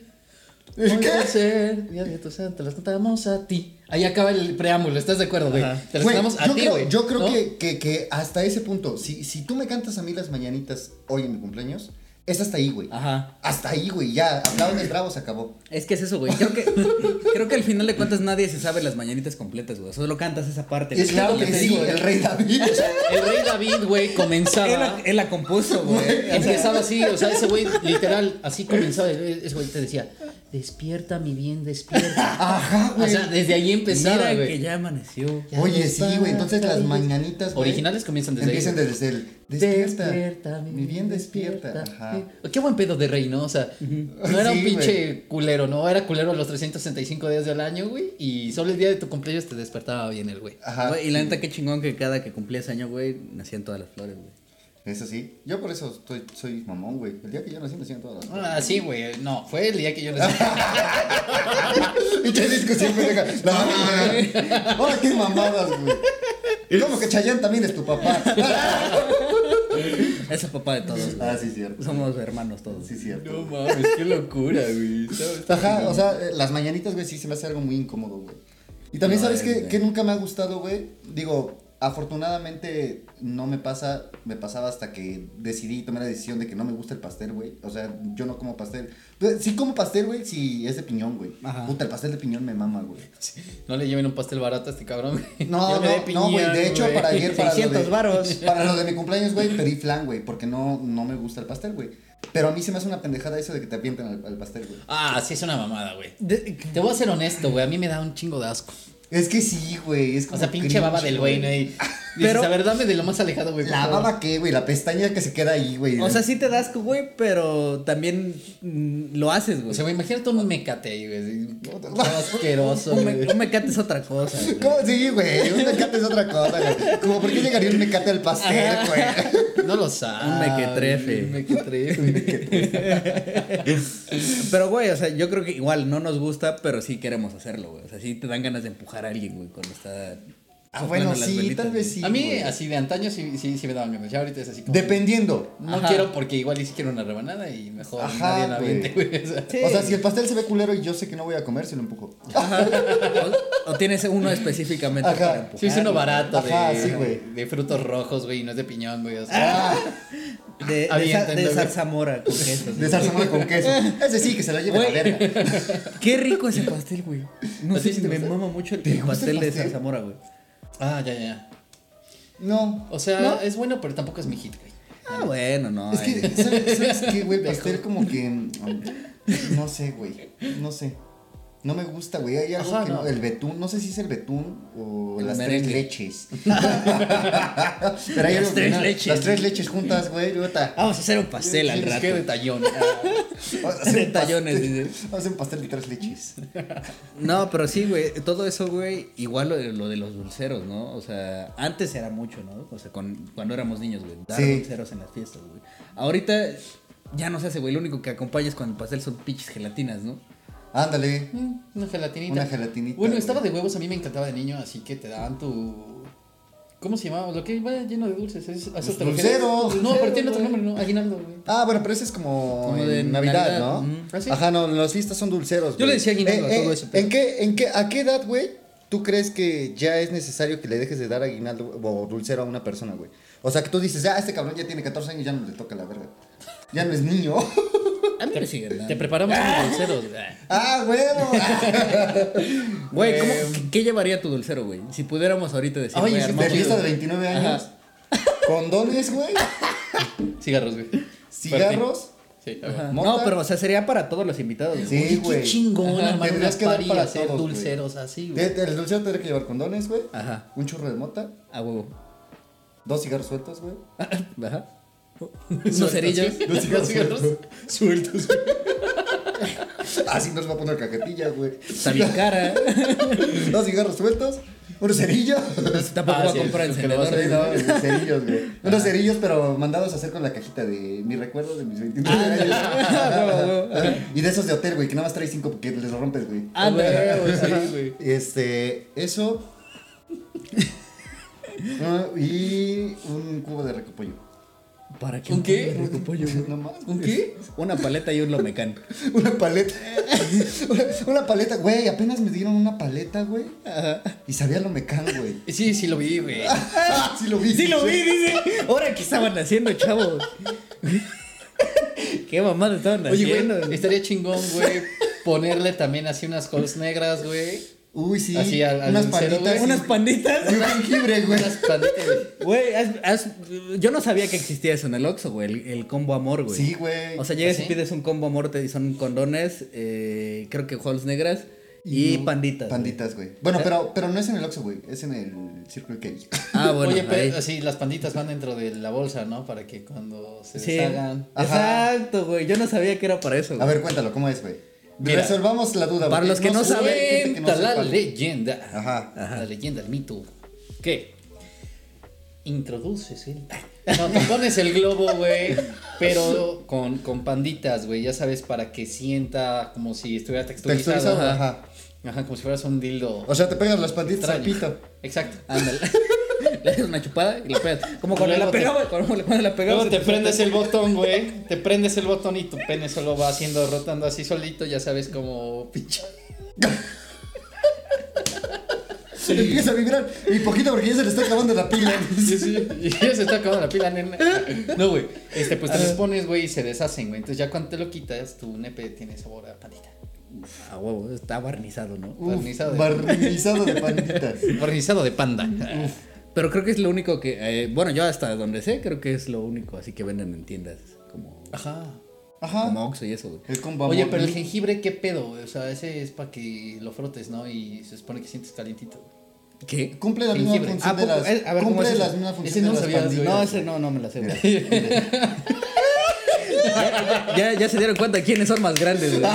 S3: Hoy
S2: ¿Qué?
S3: va a ser día de tu santo, te las cantamos a ti. Ahí acaba el preámbulo, ¿estás de acuerdo, güey?
S1: Ajá.
S3: Te las
S2: Güey,
S3: cantamos a
S2: yo
S3: ti,
S2: creo-
S3: güey.
S2: Yo creo
S3: ¿no?
S2: que, que, que hasta ese punto, si, si tú me cantas a mí las mañanitas hoy en mi cumpleaños, es hasta ahí, güey.
S1: Ajá.
S2: Hasta ahí, güey, ya. Hablaban del bravo, se acabó.
S1: Es que es eso, güey. Creo que, creo que al final de cuentas nadie se sabe las mañanitas completas, güey. Solo cantas esa parte. güey.
S2: Es claro
S1: lo
S2: que
S1: te
S2: sí,
S1: digo,
S2: el rey David.
S3: El rey David, güey, comenzaba...
S1: güey. Él, la- él la compuso, güey. O sea,
S3: Empezaba así, o sea, ese güey literal, así comenzaba, ese güey te decía, despierta mi bien, despierta.
S2: Ajá,
S3: O
S2: Ah, güey.
S3: sea, desde ahí empezaba,
S1: mira
S3: güey.
S1: que ya amaneció.
S3: Ya
S2: Oye,
S3: no
S2: sí, güey, entonces
S3: está
S2: las
S3: bien.
S2: mañanitas, güey,
S3: Originales comienzan desde
S2: Empiezan
S3: ahí.
S2: desde el.
S3: güey.
S2: Despierta. Mi bien despierta. Ajá.
S3: Eh, Qué buen pedo de rey, ¿no? O sea, no era un
S2: Sí,
S3: pinche culero, ¿no? Era culero los 365 días del año, güey. Y solo el día de tu cumpleaños te despertaba bien el güey.
S2: Ajá.
S1: Güey, y la neta, qué chingón que cada que cumplías año, güey, nacían todas las flores, güey.
S2: Eso sí. Yo por eso estoy, soy mamón, güey. El día que yo nací, nacían todas las.
S3: Ah, sí, güey. No, fue el día que yo nací.
S2: Y te discusión pendeja. No, no, no, no. Ahora qué mamadas, güey. Como que Chayanne también es tu papá.
S1: Es el papá de todos, güey.
S2: Ah, sí, cierto.
S1: Somos hermanos todos.
S2: Sí, cierto.
S3: mames, qué locura, güey.
S2: Ajá, o sea, eh, las mañanitas, güey, sí se me hace algo muy incómodo, güey. Y también,
S1: No,
S2: ¿sabes
S1: es,
S2: qué?
S1: güey.
S2: Que nunca me ha gustado, güey. Digo, afortunadamente no me pasa, me pasaba hasta que decidí tomar la decisión de que no me gusta el pastel, güey. O sea, yo no como pastel. Pero Sí como pastel, güey, si es de piñón, güey.
S1: Ajá.
S2: Puta, el pastel de piñón me mama, güey.
S3: No le lleven un pastel barato a este cabrón. güey.
S2: No,
S3: Yo me
S2: no,
S3: dé piñón,
S2: no, güey. De hecho,
S3: güey.
S2: para ayer, para lo
S1: 600
S2: de,
S1: varos.
S2: para lo de mi cumpleaños, güey, pedí flan, güey, porque no, no me gusta el pastel, güey. Pero a mí se me hace una pendejada eso de que te apientan al, al pastel, güey.
S3: Ah, sí, es una mamada, güey.
S1: De-
S3: Te voy a ser honesto, güey. A mí me da un chingo de asco.
S2: Es que sí, güey. Es
S3: O
S2: como
S3: sea, pinche
S2: cringe,
S3: baba del güey, ¿no? Y dices,
S1: Pero-
S3: a ver, dame de lo más alejado, güey. por
S2: La
S3: favor".
S2: baba qué, güey, la pestaña que se queda ahí, güey.
S1: O sea, sí te das, güey, pero también mm, lo haces,
S3: O
S1: güey.
S3: sea, güey, imagínate un mecate ahí, güey. así, todo Asqueroso,
S1: Un, me-
S3: güey.
S1: un mecate es otra cosa, güey.
S2: ¿Cómo? Sí, güey, un mecate es otra cosa, güey. Como, ¿por qué llegaría un mecate al pastel, güey?
S3: No lo sabes.
S1: Un mequetrefe.
S3: Un mequetrefe.
S1: Pero, güey, o sea, yo creo que igual no nos gusta, pero sí queremos hacerlo, güey. O sea, sí te dan ganas de empujar a alguien, güey, cuando está.
S2: Ah,
S1: soplando
S2: bueno,
S1: las
S2: sí,
S1: velitas,
S2: tal vez sí.
S3: A mí,
S2: güey.
S3: así de antaño, sí, sí, sí me daban ganas. Ya ahorita es así como.
S2: Dependiendo.
S3: No
S1: Ajá.
S3: quiero porque igual y si quiero una rebanada y mejor
S2: Ajá,
S3: nadie la
S2: güey.
S3: aviente, güey. O sea,
S1: Sí.
S2: O sea, si el pastel se ve culero y yo sé que no voy a comer, se lo empujo.
S1: Ajá. O, o tienes uno específicamente
S2: Ajá.
S1: para empujar.
S3: sí, es uno barato
S2: Ajá,
S3: de,
S2: sí, güey. Ah,
S3: de frutos rojos, güey, y no es de piñón, güey. O sea,
S1: De, de,
S3: Aviéntenlo,
S1: sa- de
S3: güey.
S1: zarzamora con queso.
S2: De zarzamora con queso. Ese sí, que se lo lleve a la
S1: Güey.
S2: verga.
S1: Qué rico ese pastel, güey. No
S2: ¿A ti
S1: sé
S2: sí
S1: si
S2: te
S1: me
S2: gusta?
S1: mama mucho el
S2: ¿Te
S1: pastel,
S2: gusta el
S1: de
S2: pastel?
S1: zarzamora, güey.
S3: ah, ya, ya.
S2: No.
S3: O sea,
S2: ¿No?
S3: es bueno, pero tampoco es mi hit, güey.
S1: Ah, bueno, no.
S2: Es
S1: ay,
S2: que, ¿sabes, sabes qué, güey? Pastel como que. mm, No sé, güey. No sé. No me gusta, güey. Hay algo
S3: Ajá,
S2: que no.
S3: no.
S2: El betún, no sé si es el betún o
S1: El
S2: las
S1: merengue.
S2: tres leches. Pero hay
S1: Las
S2: algo que
S1: tres
S2: no.
S1: leches.
S2: Las tres leches juntas, güey. puta.
S1: Vamos a hacer un pastel al
S3: Es
S1: rato.
S3: que detallón.
S2: Hacen un
S1: Detallones,
S2: pastel-
S1: dice.
S2: Hacen pastel de tres leches.
S1: No, pero sí, güey, todo eso, güey, igual lo de, lo de los dulceros, ¿no? O sea, antes era mucho, ¿no? O sea, con- cuando éramos niños, güey, dar
S2: Sí.
S1: dulceros en las fiestas, güey. Ahorita ya no se hace, güey. Lo único que acompañas con el pastel son pinches gelatinas, ¿no?
S2: Ándale.
S3: Mm, Una gelatinita.
S2: Una gelatinita,
S3: Bueno,
S2: güey.
S3: estaba de huevos, a mí me encantaba de niño, así que te daban tu. ¿Cómo se llamaba? Lo que iba lleno de dulces. Es, a eso
S2: Pues
S3: te refieres.
S2: dulcero,
S3: No,
S2: dulcero,
S3: pero tiene otro
S2: güey.
S3: nombre, ¿no? Aguinaldo, güey.
S2: Ah, bueno, pero ese es como,
S1: Como
S2: en
S1: de
S2: Navidad,
S1: Navidad,
S2: ¿no?
S1: ujú.
S3: ¿Ah, sí?
S2: Ajá, no, las fiestas son dulceros.
S1: Yo
S2: güey. Eh,
S1: le decía aguinaldo a todo ese pedo.
S2: ¿en qué, en qué, ¿A qué edad, güey, tú crees que ya es necesario que le dejes de dar aguinaldo o dulcero a una persona, güey? O sea, que tú dices, ah, este cabrón ya tiene 14 años, ya no le toca la verga. Ya no es niño.
S1: A mí me siguen dando.
S4: Te preparamos unos dulceros. Ah,
S2: ah, bueno.
S1: Güey, ¿cómo-
S2: Em.
S1: qué- ¿qué llevaría tu dulcero, güey? Si pudiéramos ahorita decir,
S3: Oye,
S1: güey,
S3: sí,
S1: armamos-
S2: Ah, de fiesta de 29 años. Condones, güey.
S3: Cigarros, güey.
S2: Cigarros.
S3: Sí, a ver.
S1: Ajá.
S2: ¿Mota?
S1: No, pero o sea, sería para todos los invitados, güey.
S2: Sí, güey.
S4: Qué chingón
S2: Ajá,
S4: armar
S2: tendrías
S4: unas
S2: que dar
S4: parillas,
S2: para
S4: hacer
S2: todos, güey.
S4: dulceros así, güey.
S2: Te- El dulcero tendría que llevar condones, güey.
S1: Ajá.
S2: Un churro de mota.
S1: A huevo.
S2: Dos cigarros sueltos, güey.
S1: Ajá. Unos cerillos.
S2: Dos cigarros sueltos. Ah,
S3: Sueltos.
S2: Así nos va a poner caquetilla, güey.
S1: Está bien cara.
S2: Dos cigarros sueltos, un cerillo.
S1: Tampoco
S3: Ah,
S1: va a
S3: sí,
S1: comprar
S3: es que lo
S1: encendedor.
S3: vas a
S1: güey.
S2: No, cerillos, güey.
S3: Ah.
S2: Unos cerillos, pero mandados a hacer con la cajita de mis recuerdos de mis 29 años. y de esos de hotel, güey, que nada más traes cinco porque les rompes, güey.
S1: Ah, güey.
S3: sí, güey.
S2: Este, eso. Ah, y un cubo de recopollo.
S1: ¿Para qué?
S3: ¿Un qué?
S1: puto pollo, güey?
S2: No más.
S3: ¿Un qué?
S1: Una paleta y un lomecán.
S2: Una paleta. una paleta, güey. Apenas me dieron una paleta, güey. Y sabía lo mecano, güey.
S3: Sí, sí lo vi, güey.
S2: sí lo vi.
S1: Sí lo vi, dice. Ahora qué estaban haciendo, chavos. Qué mamada estaban
S3: Oye,
S1: haciendo.
S3: güey, estaría chingón, güey, ponerle también así unas cols negras, güey.
S2: Uy, sí.
S3: Así al- al
S2: unas
S3: dulcero,
S2: panditas.
S3: güey.
S1: Unas panditas.
S2: Y un jengibre, güey.
S3: Unas panditas, güey.
S1: Güey, haz- haz- yo no sabía que existía eso en el Oxxo, güey, el, el combo amor, güey.
S2: Sí, güey.
S1: O sea, llegas
S3: ¿Ah,
S1: y
S3: sí?
S1: pides un combo amor, te son condones, eh, creo que holes negras y, panditas. güey. Eh.
S2: Panditas, güey. Bueno, pero, pero no es en el Oxxo, güey. Es en el Circle K.
S1: Ah, bueno,
S3: Oye,
S1: ahí.
S3: pero así las panditas van dentro de la bolsa, ¿no? Para que cuando se
S1: Sí.
S3: deshagan.
S2: Ajá.
S1: Exacto, güey. Yo no sabía que era para eso.
S2: A
S1: güey.
S2: ver, cuéntalo, ¿cómo es, güey?
S3: Mira.
S2: Resolvamos la duda,
S1: Para
S2: güey.
S1: los que no
S2: sé,
S1: saben,
S2: hay gente que no
S3: Cuenta la
S2: sepa.
S3: leyenda.
S2: Ajá.
S3: La leyenda, el mito. ¿Qué? Introduces el. No, te pones el globo, güey. Pero con, con panditas, güey. Ya sabes, para que sienta como si estuviera texturizado.
S2: Texturizado,
S3: Ajá.
S2: ajá.
S3: Ajá, como si fueras un dildo.
S2: O sea, te pegas las panditas al
S3: extraño.
S2: pito.
S3: Exacto.
S1: Ándale. Le haces una chupada y la pegas. Como cuando
S3: Luego
S1: la
S3: te-
S1: pegaba, como cuando la pegaba.
S3: Luego
S1: se
S3: te prendes el botón, güey. Te prendes el botón y tu pene solo va haciendo, rotando así solito, ya sabes, como pinche.
S2: Empieza a vibrar. Y poquito porque ya se le está acabando la pila.
S3: Sí, sí. Y ya se está acabando la pila, nena. No, güey. Este, pues te los
S2: Ah.
S3: pones, güey, y se deshacen, güey. Entonces ya cuando te lo quitas, tu nepe tiene sabor a panita.
S1: A huevo, está barnizado, ¿no?
S2: Uf,
S3: Barnizado de-
S2: Barnizado de panditas.
S3: Barnizado de panda.
S1: Pero creo que es lo único que. eh, bueno, yo hasta donde sé, creo que es lo único así que venden en tiendas como,
S3: Ajá.
S2: Ajá.
S1: como Oxxo y eso, güey.
S2: El combo
S3: Oye,
S2: amor.
S3: pero el jengibre, ¿qué pedo? güey? O sea, ese es para que lo frotes, ¿no? Y se supone que sientes calientito. güey.
S1: ¿Qué?
S2: Cumple la misma
S3: Jengibre.
S2: función
S1: Ah,
S2: de
S1: poco-
S2: las.
S1: eh, a ver, ¿cómo
S2: cumple
S1: es
S2: las
S1: ese?
S2: mismas
S3: Ese
S2: funciones
S3: no
S2: de las
S3: sabías,
S2: panditas.
S3: güey.
S1: No, ese no, no me la sé, güey.
S2: Mira.
S1: Ya, ya se dieron cuenta quiénes son más grandes, güey.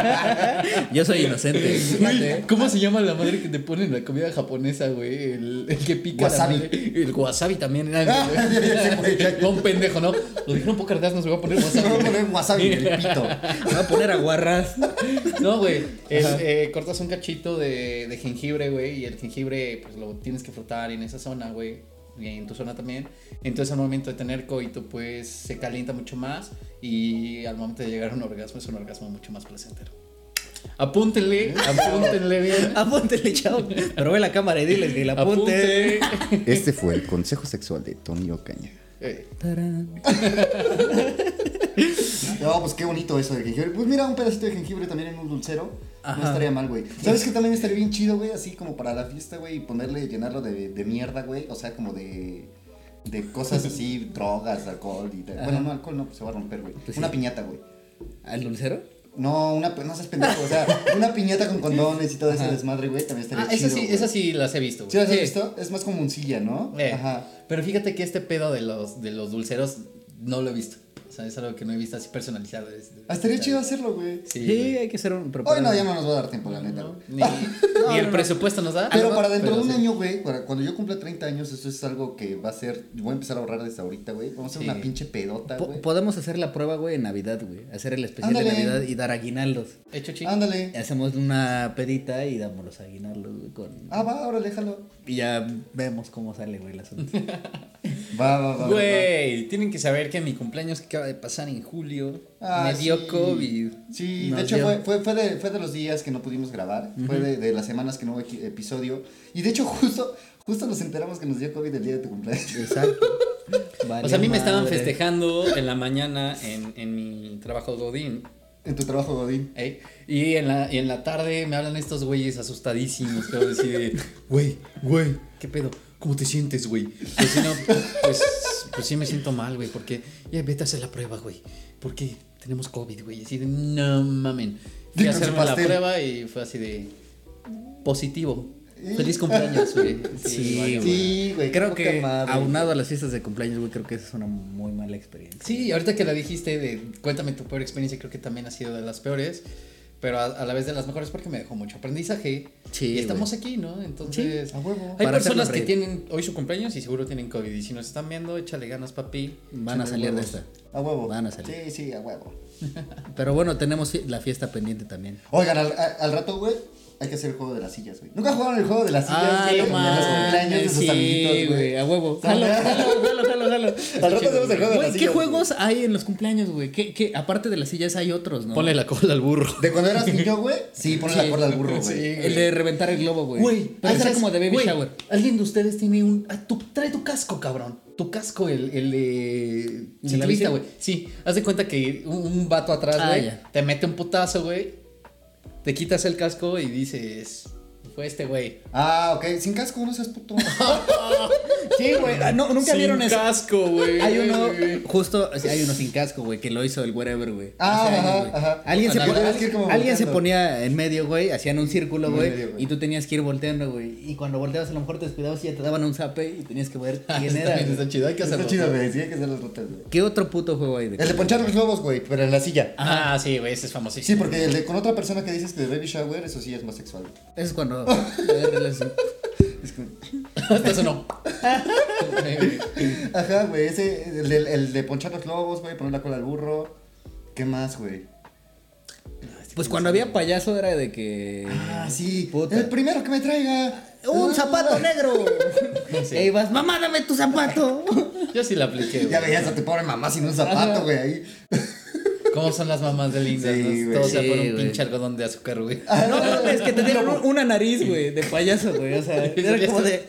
S1: Yo soy inocente.
S3: Güey, ¿Cómo se llama la madre que te pone en la comida japonesa, güey? El, el que pica. la
S2: Wasabi.
S3: madre. El wasabi también.
S2: Ah, ya, ya, ya, güey, ya, ya.
S3: era Un pendejo, ¿no? Lo dijeron poco ardas, no se va a poner
S2: Se me va a
S3: wasabi.
S2: poner wasabi en el pito.
S1: Me voy a poner aguarras.
S3: No, güey. es, eh, cortas un cachito de, de jengibre, güey. Y el jengibre, pues lo tienes que frotar en esa zona, güey. Y en tu zona también. Entonces, al momento de tener coito, pues se calienta mucho más. Y al momento de llegar a un orgasmo, es un orgasmo mucho más placentero. Apúntenle, apúntenle bien.
S1: Apúntele, chavo. Pero ve la cámara y diles que la apunte.
S3: Apunte.
S2: Este fue el consejo sexual de Tony Ocaña.
S3: Eh,
S1: Tarán.
S2: No, pues qué bonito eso del jengibre. Pues mira, un pedacito de jengibre también en un dulcero. No
S1: Ajá.
S2: estaría mal, güey. ¿Sabes que también estaría bien chido, güey? Así como para la fiesta, güey, y ponerle, llenarlo de, de mierda, güey. O sea, como de. De cosas así, drogas, alcohol y tal. Bueno, no, alcohol no, pues se va a romper, güey.
S1: Pues sí.
S2: una piñata, güey.
S1: ¿Al dulcero?
S2: No, una, no seas pendejo, o sea, una piñata con condones y todo ese desmadre, güey, también estaría
S3: ah,
S2: chido.
S3: esas sí,
S2: güey.
S3: esas sí las he visto. güey.
S2: ¿Sí las has
S1: Sí.
S2: visto? Es más como un silla, ¿no?
S3: Eh,
S2: Ajá.
S3: Pero fíjate que este pedo de los, de los dulceros no lo he visto. O sea, es algo que no he visto así personalizado. es-
S2: Ah, Estaría chido hacerlo, güey.
S1: Sí,
S3: Sí, güey.
S1: hay que hacer un
S2: Hoy no,
S1: propósito.
S2: ya no nos va a dar tiempo, la neta. güey.
S3: Ni, ni el presupuesto nos da.
S2: Pero para dentro de un
S3: sí.
S2: año, güey, para cuando yo cumpla 30 años, eso es algo que va a ser. Voy a empezar a ahorrar desde ahorita, güey. Vamos a hacer
S3: Sí.
S2: una pinche pedota,
S1: Po-
S2: güey.
S1: podemos hacer la prueba, güey, en Navidad, güey. Hacer el especial de
S2: Ándale.
S1: Navidad y dar aguinaldos.
S3: Hecho chido.
S2: Ándale.
S1: Hacemos una pedita y damos los aguinaldos, güey, con...
S2: Ah, va, ahora déjalo.
S1: Y ya vemos cómo sale, güey, el asunto.
S2: Va, va, va. va.
S3: Güey, tienen que saber que mi cumpleaños que acaba de pasar en julio
S2: Ah,
S3: me dio
S2: sí.
S3: COVID.
S2: Sí,
S1: Nos
S2: de hecho
S1: dio.
S2: fue, fue, fue de, fue de los días que no pudimos grabar. Fue de, de las semanas que no hubo equi- episodio. Y de hecho, justo, justo nos enteramos que nos dio COVID el día de tu cumpleaños.
S1: Exacto. Vale,
S3: o sea, a mí me estaban
S1: madre.
S3: festejando en la mañana en, en mi trabajo Godín.
S2: En tu trabajo, Godín.
S3: ¿eh? Y en la, y en la tarde me hablan estos güeyes asustadísimos. Que decir, güey, güey, ¿qué pedo? ¿Cómo te sientes, güey? Pues si no, pues, pues sí me siento mal, güey, porque ya vete a hacer la prueba, güey. Porque tenemos COVID, güey. Y así de, no mamen. Fui a
S2: Con su
S3: hacerme la
S2: pastel.
S3: prueba y fue así de positivo. Feliz cumpleaños, güey.
S1: Sí,
S3: vaya,
S1: güey.
S2: Sí, güey.
S1: Creo
S2: qué poca
S1: que
S2: madre.
S1: aunado a las fiestas de cumpleaños, güey, creo que esa es una muy mala experiencia.
S3: Sí, ahorita que la dijiste de cuéntame tu peor experiencia, creo que también ha sido de las peores, pero a, a la vez de las mejores porque me dejó mucho aprendizaje.
S1: Sí,
S3: Y estamos aquí, ¿no? Entonces,
S2: A huevo.
S3: hay
S1: Para hacernos
S3: personas que
S1: reír.
S3: tienen hoy su cumpleaños y seguro tienen COVID. Y si nos están viendo, échale ganas, papi.
S1: Van a salir de esta.
S2: A huevo.
S1: Van a salir.
S2: Sí, sí, a huevo.
S1: Pero bueno, tenemos fi- la fiesta pendiente también.
S2: Oigan, al, a- al rato, güey, hay que hacer el juego de las sillas, güey. ¿Nunca jugaron el juego de las sillas,
S1: Ah,
S2: güey?
S1: no
S2: De los cumpleaños de sus amiguitos, güey.
S1: a huevo.
S2: Jalo,
S1: Jalo,
S2: jalo,
S1: jalo, jalo, jalo,
S2: Al rato hacemos el juego de las
S1: Güey, ¿qué
S2: sillas,
S1: juegos hay en los cumpleaños, güey? ¿Qué, qué? Aparte de las sillas hay otros, ¿no?
S3: Ponle la cola al burro.
S2: ¿De cuando eras niño, güey? Sí, ponle la cuerda al burro, güey.
S3: Sí.
S1: El de reventar el globo, güey. Pero ese era como de baby
S3: güey,
S1: shower.
S3: Alguien de ustedes tiene un. ah, tú- trae tu casco, cabrón. Tu casco, el. el eh,
S1: ¿El de la bici?
S3: ciclista, güey. Sí, haz de cuenta que un, un vato atrás,
S1: Ah,
S3: güey.
S1: ya.
S3: te mete un putazo, güey. Te quitas el casco y dices. Fue este, güey.
S2: Ah, ok. Sin casco, no seas puto.
S1: Sí, güey. Ah, no, nunca
S3: Sin
S1: vieron eso.
S3: casco, güey.
S1: Hay uno, justo, sí, hay uno sin casco, güey, que lo hizo el wherever, güey.
S2: Ah,
S1: Hace
S2: ajá,
S1: güey.
S2: ajá.
S1: Alguien, se,
S2: Ajá.
S1: ponía,
S2: Tienes que ir como
S1: alguien se
S2: volteando.
S1: ponía en medio, güey, hacían un círculo,
S2: En
S1: güey,
S2: medio, güey.
S1: y tú tenías que ir volteando, güey. Y cuando volteabas, a lo mejor te descuidabas y ya te daban un zape y tenías que ver quién
S3: Eso
S1: era.
S3: también
S1: güey.
S3: está chido, hay que
S2: Está
S3: hacerlo.
S2: chido, güey. Sí, hay que hacer las rotas, güey.
S1: ¿Qué otro puto juego hay de
S2: El de ponchar los globos, güey, pero en la silla.
S3: Ah, sí, güey, ese es famosísimo.
S2: Sí, porque el de con otra persona que dices que de baby shower, eso sí es más sexual.
S1: Eso es cuando. Pero
S2: Es que-
S3: Hasta eso no.
S2: Ajá, güey. Ese, el de, el de ponchar los globos, güey, poner la cola al burro. ¿Qué más, güey?
S1: pues cuando había payaso era de que.
S2: Ah, sí.
S1: Puta.
S2: El primero que me traiga.
S1: ¡Un
S2: Ah.
S1: zapato negro!
S3: Sí.
S1: E ibas, mamá, dame tu zapato.
S3: Yo sí la apliqué,
S2: Ya
S3: güey.
S2: veías a tu pobre mamá sin un zapato, güey, ahí.
S3: ¿Cómo son las mamás de lindas?
S2: Sí,
S3: no?
S2: güey.
S3: Todos
S1: Sí,
S3: sacaron un
S1: güey.
S3: pinche algodón de azúcar, güey.
S2: Ah.
S1: No, no, es que te dieron un- una nariz, güey, de payaso, güey. O sea, era como de.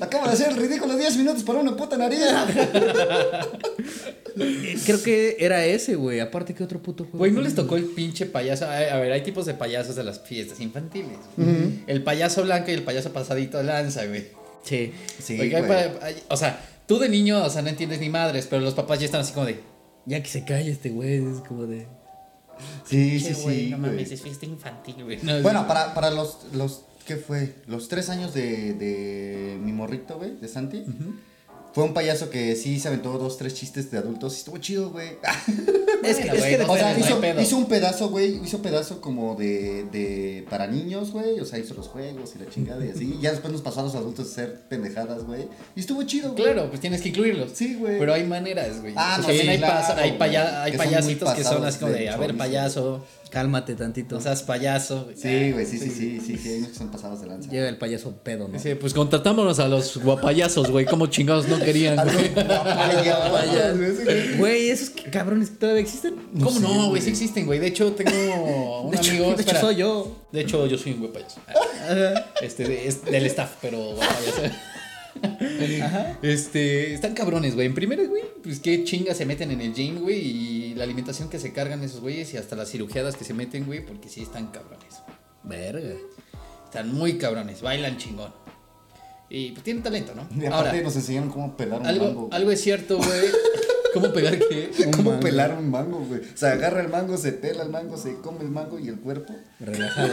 S2: Acaba de hacer el ridículo 10 minutos para una puta nariz.
S1: Creo que era ese, güey. Aparte, ¿qué otro puto juego?
S3: Güey, ¿no les
S2: Pues,
S3: tocó
S2: mm.
S3: el pinche payaso? A a ver, hay tipos de payasos de las fiestas infantiles. güey. El payaso blanco y el payaso pasadito de lanza, güey.
S1: Sí.
S2: Sí,
S3: Porque hay
S2: güey.
S3: pa- hay- o sea, tú de niño, o sea, no entiendes ni madres, pero los papás ya están así como de...
S1: Ya que se calle este güey, es como de.
S2: Sí,
S3: "Che,
S2: sí,
S3: güey,
S2: sí.
S3: no
S2: güey.
S3: mames, es fiesta infantil, güey. No,
S2: Bueno, para, para los, los. ¿Qué fue? Los tres años de, de mi morrito, güey, de Santi. Fue un payaso que sí se aventó dos, tres chistes de adultos. y Estuvo chido, güey.
S1: Es que,
S3: Ah, Bueno,
S1: es
S3: güey,
S1: que
S3: no
S2: O sea,
S3: Pero hay
S2: hizo,
S3: pedo.
S2: hizo un pedazo, güey, hizo pedazo como de, de para niños, güey, o sea, hizo los juegos y la chingada y así. Ya después nos pasó a los adultos a hacer pendejadas, güey. Y estuvo chido, güey.
S3: Claro, pues tienes que incluirlos.
S2: Sí, güey.
S3: Pero hay maneras, güey.
S2: Ah,
S3: O sea,
S2: no,
S3: también
S2: sí,
S3: hay,
S2: claro,
S3: pasa- hay,
S2: güey,
S3: paya- hay
S2: que son muy
S3: payasitos que son
S2: pasados
S3: así como de,
S2: de
S3: a ver,
S2: chorizo".
S3: payaso,
S1: Cálmate tantito.
S3: no seas payaso. güey. Ah,
S2: Sí, güey, sí, sí, sí, sí, sí, hay unos que son pasados de lanza.
S1: Llega el payaso pedo, ¿no?
S3: Dice, pues contratámonos a los guapayasos, güey. Como chingados no querían,
S2: Algo-
S3: güey.
S2: Vaya, vaya, güey, ese güey.
S1: Güey, esos que- cabrones que todavía existen.
S3: ¿Cómo no, güey? Sí existen, güey. De hecho, tengo un
S1: de hecho,
S3: amigo.
S1: de hecho,
S3: espera.
S1: soy yo.
S3: De hecho, yo soy un güey payaso. Este, de- es del staff, pero güey payaso. Este, están cabrones, güey. En primera, güey, pues qué chingas se meten en el gym, güey. Y la alimentación que se cargan esos güeyes y hasta las cirugiadas que se meten, güey, porque sí están cabrones.
S1: Verga.
S3: Están muy cabrones, bailan chingón. Y pues tienen talento, ¿no?
S2: Y aparte
S3: Ahora,
S2: nos enseñaron cómo pelar un mango.
S3: algo,
S2: güey.
S3: algo es cierto, güey. ¿Cómo pegar qué?
S2: ¿Cómo pelar un mango, güey? Se agarra el mango, se pela el mango, se come el mango y el cuerpo.
S1: Relajado.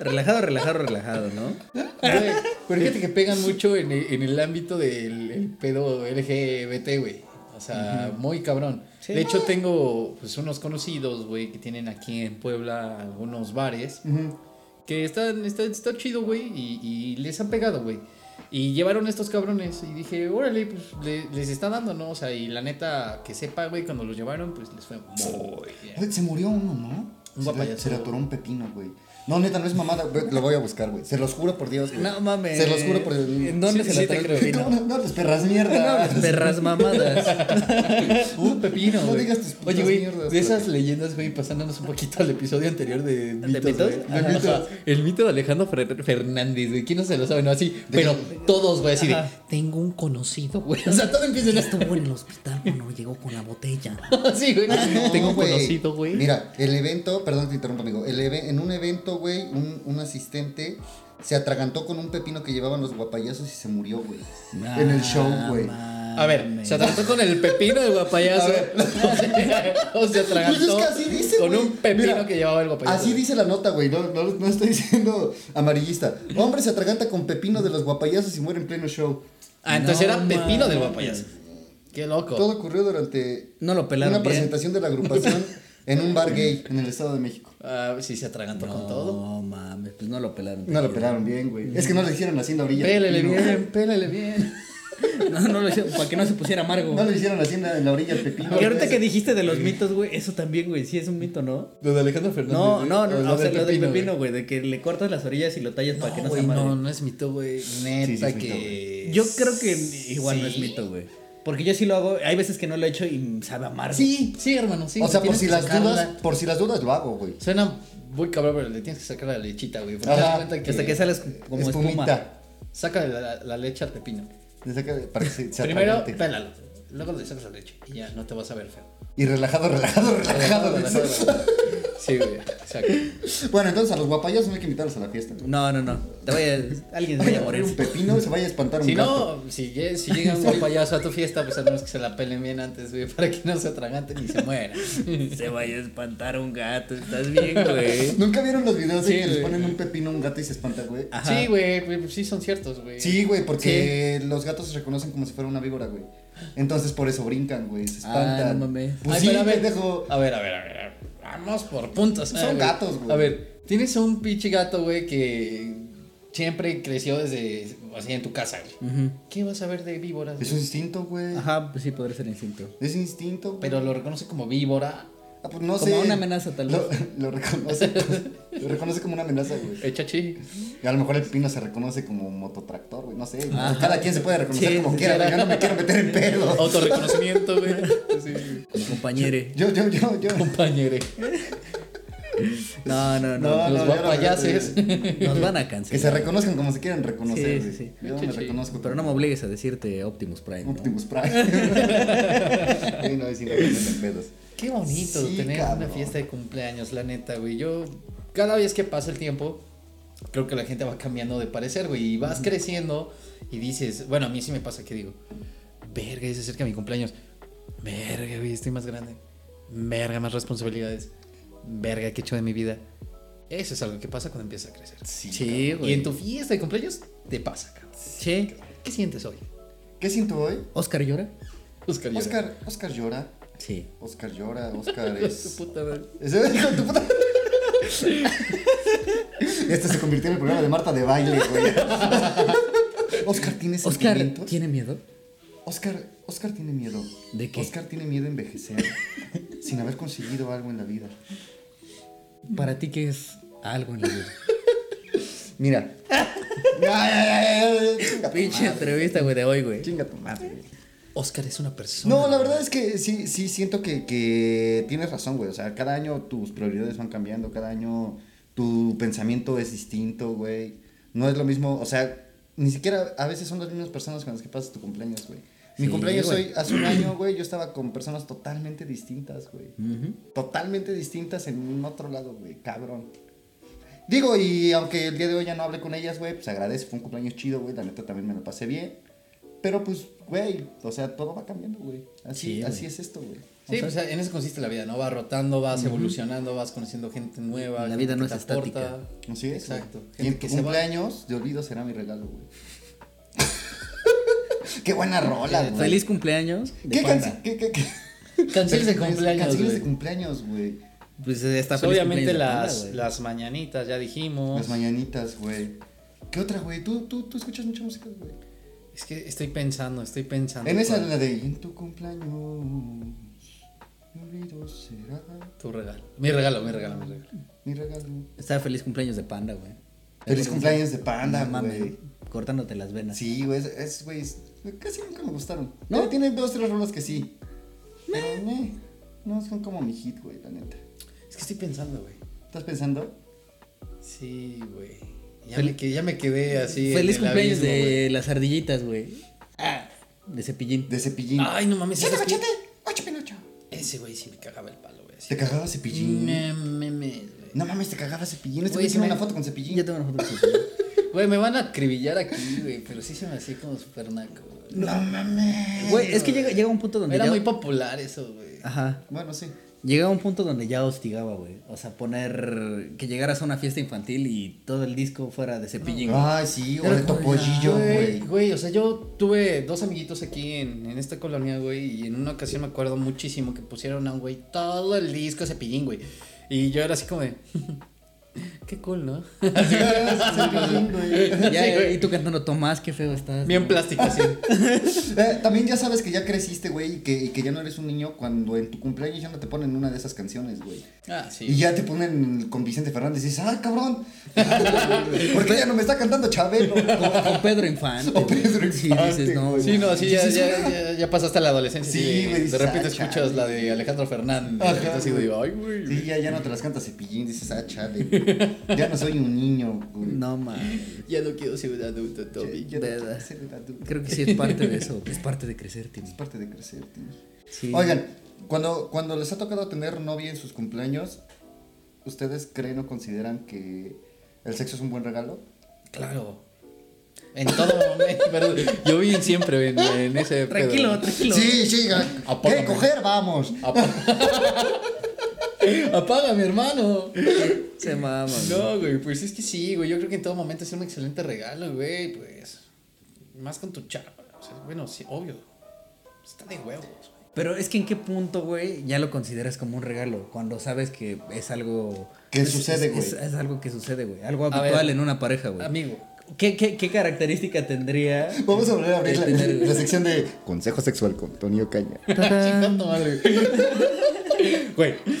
S1: relajado, relajado, relajado, ¿no?
S3: Güey, pero fíjate que pegan mucho en el, en el ámbito del el pedo LGBT, güey. O sea, muy cabrón. De hecho, tengo pues, unos conocidos, güey, que tienen aquí en Puebla algunos bares. Que están, están, está chido, güey, y, y les han pegado, güey. Y llevaron estos cabrones y dije, órale, pues le- les está dando, ¿no? O sea, y la neta, que sepa, güey, cuando los llevaron, pues les fue muy bien.
S2: Güey, Se murió uno, ¿no?
S3: Un
S2: Se le-
S3: guapayazo.
S2: Se le atoró un pepino, güey. No, neta, no es mamada. güey, Lo voy a buscar, güey. Se los juro por Dios, güey.
S1: No mames.
S2: Se los juro por Dios.
S1: ¿En dónde se le
S2: te
S1: atoró
S2: creo.
S1: el pepino?
S2: ¿Cómo No, no, tus perras mierda.
S1: Las perras mamadas.
S3: Un pepino,
S2: No
S3: güey.
S2: digas tus putas
S3: Oye, güey,
S2: mierdas,
S3: de
S2: pero-
S3: esas leyendas, güey, pasándonos un poquito al episodio anterior de mitos,
S1: mitos?
S3: güey.
S1: Ajá.
S3: De mitos. El mito de Alejandro Fer- Fernández, güey, ¿quién no se lo sabe? No, así, pero todos, güey, así de...
S4: Tengo un conocido, güey.
S3: O sea, todo empieza en esto.
S4: Estuvo en el hospital cuando llegó con la botella.
S3: Sí, güey.
S2: Ah, No,
S4: Tengo un
S2: güey.
S4: conocido, güey.
S2: Mira, el evento, perdón que te interrumpa, amigo. El eve- en un evento, güey, un, un asistente se atragantó con un pepino que llevaban los guapayazos y se murió, güey.
S1: Ah,
S2: en el show, güey.
S3: A ver, se atragantó con el pepino del guapayazo. o se atragantó
S2: Pues es que así dice,
S3: con
S2: güey.
S3: un pepino
S2: Mira,
S3: que llevaba el guapayazo.
S2: Así dice la nota, güey. No, no, no estoy diciendo amarillista. Hombre se atraganta con pepino de los guapayazos y muere en pleno show.
S3: Ah, entonces
S1: No
S3: era pepino
S1: mames.
S3: del guapayazo. Qué loco.
S2: Todo ocurrió durante
S1: No lo pelaron
S2: una
S1: bien.
S2: presentación de la agrupación en un bar gay en el Estado de México.
S3: Ah, sí, se atragantó con todo.
S1: No mames, pues no lo pelaron.
S2: No lo pelaron bien, güey. Es que no le hicieron así en la orilla. del
S3: Pélele
S2: pepino.
S3: bien, pélele bien.
S1: No, no lo hicieron, para que no se pusiera amargo.
S2: No le hicieron así en la, en la orilla del pepino.
S1: Y ahorita que dijiste de los mitos, güey, eso también, güey, sí es un mito, ¿no?
S3: Lo de Alejandro Fernández.
S1: No, no, no,
S3: güey.
S1: o sea, lo del
S3: güey.
S1: pepino, güey, de que le cortas las orillas y lo tallas para que no se
S3: güey,
S1: amargue.
S3: no, no es mito, güey. Neta
S2: sí es mito,
S3: que.
S1: Yo creo que igual no es
S3: Sí.
S1: mito, güey. Porque yo sí lo hago, hay veces que no lo he hecho y sabe amargo.
S3: Sí, sí, hermano, sí.
S2: o sea, por
S3: tienes
S2: si
S3: que
S2: las
S3: sacarla.
S2: dudas, por si las dudas lo hago, güey.
S3: Suena muy cabrón, pero le tienes que sacar la lechita, güey. porque
S2: Ajá.
S3: te das cuenta que-
S1: Hasta que sales como espuma.
S2: Espumita.
S3: Saca la, la leche al pepino.
S2: Le saca- para que se- se
S3: Primero,
S2: atragante.
S3: pélalo. Luego le sacas la leche y ya no te vas a ver feo.
S2: Y relajado, relajado, relajado. dice.
S3: Sí, güey. Exacto.
S2: Bueno, entonces a los guapayazos no hay que invitarlos a la fiesta. güey.
S1: No, no, no. Te voy a- alguien se vaya a morir.
S2: Un pepino se vaya a espantar un
S3: Si
S2: gato.
S3: no, si, lle- si llega un payaso a tu fiesta, pues al menos que se la pelen bien antes, güey, para que no se atraganten y se mueran.
S1: Se vaya a espantar un gato, estás bien, güey.
S2: ¿Nunca vieron los videos
S3: Sí,
S2: en que les
S3: güey. Ah,
S2: ponen un pepino a un gato y se espanta, güey? pues
S1: Ajá.
S3: Sí, güey, güey, sí son ciertos, güey.
S2: Sí, güey, porque los gatos se reconocen como si fuera una víbora, güey. Entonces por eso brincan, güey, se espantan.
S1: no mames.
S2: Pues
S3: Ay,
S2: sí,
S3: pero a ver,
S2: pendejo.
S3: A ver, a ver, a ver. a ver. Vamos por puntos.
S2: Son
S3: Ah, güey.
S2: gatos, güey.
S3: A ver, tienes un pinche gato, güey, que siempre creció desde así en tu casa, güey. ¿Qué vas a ver de víboras?
S2: Es un
S3: güey?
S2: instinto, güey.
S1: Ajá, pues sí, podría ser instinto.
S2: Es instinto. güey.
S3: Pero lo reconoce como víbora.
S2: Ah, pues no
S1: Como
S2: sé.
S1: una amenaza, tal
S2: Lo, lo reconoce. lo reconoce como una amenaza, güey.
S3: Echa chi.
S2: Y a lo mejor el pino se reconoce como mototractor, güey. No sé. Pues Cada quien se puede reconocer
S1: Sí,
S2: como
S1: sí,
S2: quiera,
S1: sí.
S2: güey. Yo no me quiero meter en pedo.
S3: Autorreconocimiento, güey. Sí.
S1: Como compañere.
S2: Yo, yo, yo, yo.
S3: Compañere.
S1: No, no, no.
S2: No,
S3: los
S2: no, yo no me
S3: guapayaces.
S1: Nos van a
S2: Que
S1: cancelar.
S2: se reconozcan como se quieran reconocer.
S1: Sí, sí,
S2: güey.
S1: sí.
S2: Yo me
S3: Chichi.
S2: reconozco.
S1: Pero no me obligues a decirte Optimus Prime. ¿no?
S2: Optimus Prime. Güey, no, es independiente en pedos.
S3: Qué bonito
S2: Sí,
S3: tener una
S2: cabrón.
S3: fiesta de cumpleaños, la neta, güey. Yo, cada vez que pasa el tiempo, creo que la gente va cambiando de parecer, güey. Y vas creciendo y dices, bueno, a mí sí me pasa que digo, verga, ya se acerca mi cumpleaños. Verga, güey, estoy más grande. Verga, más responsabilidades. Verga, qué he hecho de mi vida. Eso es algo que pasa cuando empiezas a crecer.
S1: Sí,
S3: Y
S1: güey.
S3: en tu fiesta de cumpleaños te pasa, cabrón.
S1: Sí.
S3: ¿Qué sientes hoy?
S2: ¿Qué siento hoy?
S1: ¿Oscar llora?
S3: Oscar, llora.
S2: Oscar, Oscar llora.
S1: Sí.
S2: Oscar llora. Oscar
S3: Tu
S2: es.
S3: puta madre.
S2: Ese hijo de tu puta. Este se convirtió en el programa de Marta de baile, güey. Oscar tiene
S1: ¿Oscar
S2: sentimientos.
S1: tiene miedo?
S2: Oscar, Oscar tiene miedo.
S1: ¿De qué?
S2: Oscar tiene miedo a envejecer sin haber conseguido algo en la vida.
S1: ¿Para ti qué es algo en la vida?
S2: Mira. Ay, ay, ay, ay, chinga tu
S1: Pinche
S2: madre,
S1: entrevista, güey, de hoy, güey.
S2: Chinga tu madre. güey.
S3: Oscar es una persona.
S2: No, la verdad es que sí, sí siento que, que tienes razón, güey. O sea, cada año tus prioridades van cambiando, cada año tu pensamiento es distinto, güey. No es lo mismo, o sea, ni siquiera a veces son las mismas personas con las que pasas tu cumpleaños, güey. Mi
S1: Sí,
S2: cumpleaños
S1: güey.
S2: hoy, hace un año, güey, yo estaba con personas totalmente distintas, güey. Totalmente distintas en un otro lado, güey, cabrón. Digo, y aunque el día de hoy ya no hablé con ellas, güey, pues agradece, fue un cumpleaños chido, güey, la neta también me lo pasé bien. Pero pues, güey, o sea, todo va cambiando, güey. Así,
S1: Sí, güey.
S2: así es esto, güey.
S3: Sí, pues en eso consiste la vida, ¿no? Vas rotando, vas evolucionando, vas conociendo gente nueva.
S1: La
S3: gente
S1: vida no
S3: que
S1: es
S3: te aporta.
S1: estática.
S2: Así es. güey.
S3: Exacto.
S2: Y en
S3: Gente
S2: tu
S3: que se va.
S2: cumpleaños, de olvido será mi regalo, güey. Qué buena rola, güey.
S1: Feliz cumpleaños. de
S3: Eh,
S2: ¿Qué
S1: Panda.
S2: canción? ¿Qué, qué, qué?
S3: Canciones de
S2: Güey,
S3: cumpleaños.
S2: Canciones
S3: güey.
S2: de cumpleaños, güey.
S1: Pues esta
S3: Pues
S1: feliz cumpleaños de
S3: obviamente
S1: Panda,
S3: las,
S1: güey.
S3: las mañanitas, ya dijimos.
S2: Las mañanitas, güey. ¿Qué otra, güey? ¿Tú, tú, tú escuchas mucha música, güey.
S3: Es que estoy pensando, estoy pensando.
S2: En esa,
S3: cuál
S2: la de en tu cumpleaños. Mi olvido será
S3: Tu regalo. Mi regalo, mi regalo, mi regalo.
S2: mi regalo.
S1: Está feliz cumpleaños de panda, güey.
S2: Feliz cumpleaños de panda,
S1: No mames,
S2: Ah, güey.
S1: Cortándote las venas.
S2: Sí, güey, es- es, güey, es- casi nunca me gustaron.
S1: ¿No?
S2: ¿No? Tiene dos, tres rolas que sí. Pero, meh, no son como mi hit, güey, la neta.
S3: Es que estoy pensando, güey.
S2: ¿Estás pensando?
S3: Sí, güey. Ya,
S1: Fel-
S3: me quedé, ya me quedé así. en
S1: Feliz
S3: el
S1: cumpleaños
S3: abismo,
S1: de
S3: güey.
S1: las ardillitas, güey. Ah, de cepillín.
S2: De Cepillín.
S3: Ay, no mames.
S2: ¡Siete
S3: ¿sabes qué?
S2: machete! ¡Ocho pinocho!
S3: Ese güey sí me cagaba el palo, güey. así.
S2: Te cagaba Cepillín.
S3: No mames, güey.
S2: No mames, te cagaba Cepillín. Este
S3: Güey,
S2: güey
S3: se
S2: tiene
S3: me-
S2: una foto con Cepillín.
S1: Yo tengo una foto de cepillín.
S3: Güey, me van a acribillar aquí, güey. Pero sí se me hacía como super naco, güey.
S2: No mames.
S1: Güey, es que llega, llega un punto donde
S3: Era
S1: ya...
S3: muy popular eso, güey.
S2: Ah,
S1: Ajá.
S2: Bueno, sí.
S1: Llegaba un punto donde ya hostigaba, güey. O sea, poner... Que llegaras a una fiesta infantil y todo el disco fuera de cepillín. güey.
S2: Ay, sí, o
S1: Era
S2: de
S1: como-
S2: Topollillo,
S3: Güey,
S2: güey.
S3: güey, o sea, yo tuve dos amiguitos aquí en, en esta colonia, güey, y en una ocasión me acuerdo muchísimo que pusieron a un güey todo el disco cepillín, güey. Y yo era así como de. Qué cool, ¿no? Así,
S2: Cepillín, güey.
S1: Ya,
S3: Sí, güey.
S1: y tú cantando Tomás, qué feo estás.
S3: Bien
S1: ¿no?
S3: plástico, así.
S2: Eh, también ya sabes que ya creciste, güey, y que, y que ya no eres un niño cuando en tu cumpleaños ya no te ponen una de esas canciones, güey.
S3: Ah,
S2: Y
S3: sí.
S2: ya te ponen con Vicente Fernández y dices, ah, cabrón, ¿por qué ya no me está cantando Chabelo?
S1: O Pedro Infante.
S2: O Pedro
S1: güey. Sí,
S2: Infante,
S1: dices, no,
S2: güey.
S3: Sí, no, sí, ya,
S2: Sí, sí,
S3: ya, ya, ya pasaste a la adolescencia.
S2: Sí,
S3: Sí,
S2: güey,
S3: güey. De
S2: dices,
S3: repente
S2: ah,
S3: escuchas
S2: chale.
S3: la de Alejandro Fernández.
S2: Ajá,
S3: y así
S2: güey.
S3: digo, ay, güey.
S2: Sí, ya, ya no te las canta Cepillín, dices, ah, chale, güey, ya no soy un niño, güey.
S1: No, man.
S3: Ya no quiero ser un adulto, Toby.
S2: Ya no
S1: verdad.
S2: quiero ser un adulto.
S1: Creo que sí es parte de eso. Es parte de crecer,
S2: Es
S1: Timmy.
S2: parte de crecer, tío.
S1: Sí.
S2: Oigan, cuando, cuando les ha tocado tener novia en sus cumpleaños, ¿ustedes creen o consideran que el sexo es un buen regalo?
S3: Claro. En todo momento. pero yo vi siempre güey, en, en ese. pedo.
S1: Tranquilo, tranquilo.
S2: Sí, sí, ga-
S3: Apóyame.
S2: ¿qué coger? Vamos.
S3: Apaga, mi hermano.
S1: Se mama. güey.
S3: No, güey, pues es que sí, güey. Yo creo que en todo momento es un excelente regalo, güey. Pues. Más con tu chava. O sea, bueno, sí, obvio. Está de huevos, güey.
S1: Pero es que en qué punto, güey, ya lo consideras como un regalo. Cuando sabes que es algo.
S2: Que
S1: es-
S2: sucede,
S1: es- Es,
S2: güey.
S1: es algo que sucede, güey. Algo
S3: A
S1: habitual
S3: ver,
S1: en una pareja, güey.
S3: Amigo.
S1: ¿Qué, qué, ¿Qué característica tendría?
S2: Vamos a volver a abrir la,
S1: Tener-
S2: la sección de Consejo Sexual con Antonio Caña.
S3: Chingando madre. güey. Güey.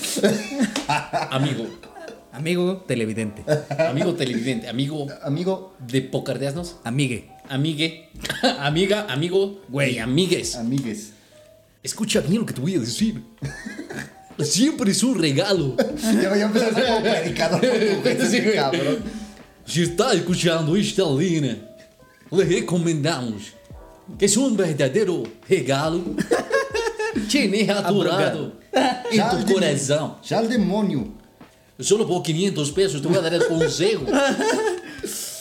S3: Amigo.
S1: Amigo televidente.
S3: Amigo televidente. Amigo
S2: Amigo,
S3: de Pocardeasnos.
S1: Amigue.
S3: Amigue. Amiga, amigo. Güey, amigues.
S2: amigues.
S3: Escucha bien lo que te voy a decir. Siempre es un regalo.
S2: Ya voy a empezar a ser como predicador portugués,
S3: Sí,
S2: ese
S3: güey.
S2: cabrón.
S3: Si está escuchando esta línea, le recomendamos que es un verdadero regalo. Tiene aturado en
S2: Ya al
S3: tu
S2: de-
S3: corazón.
S2: Ya al demonio.
S3: Solo por 500 pesos te voy a dar el consejo.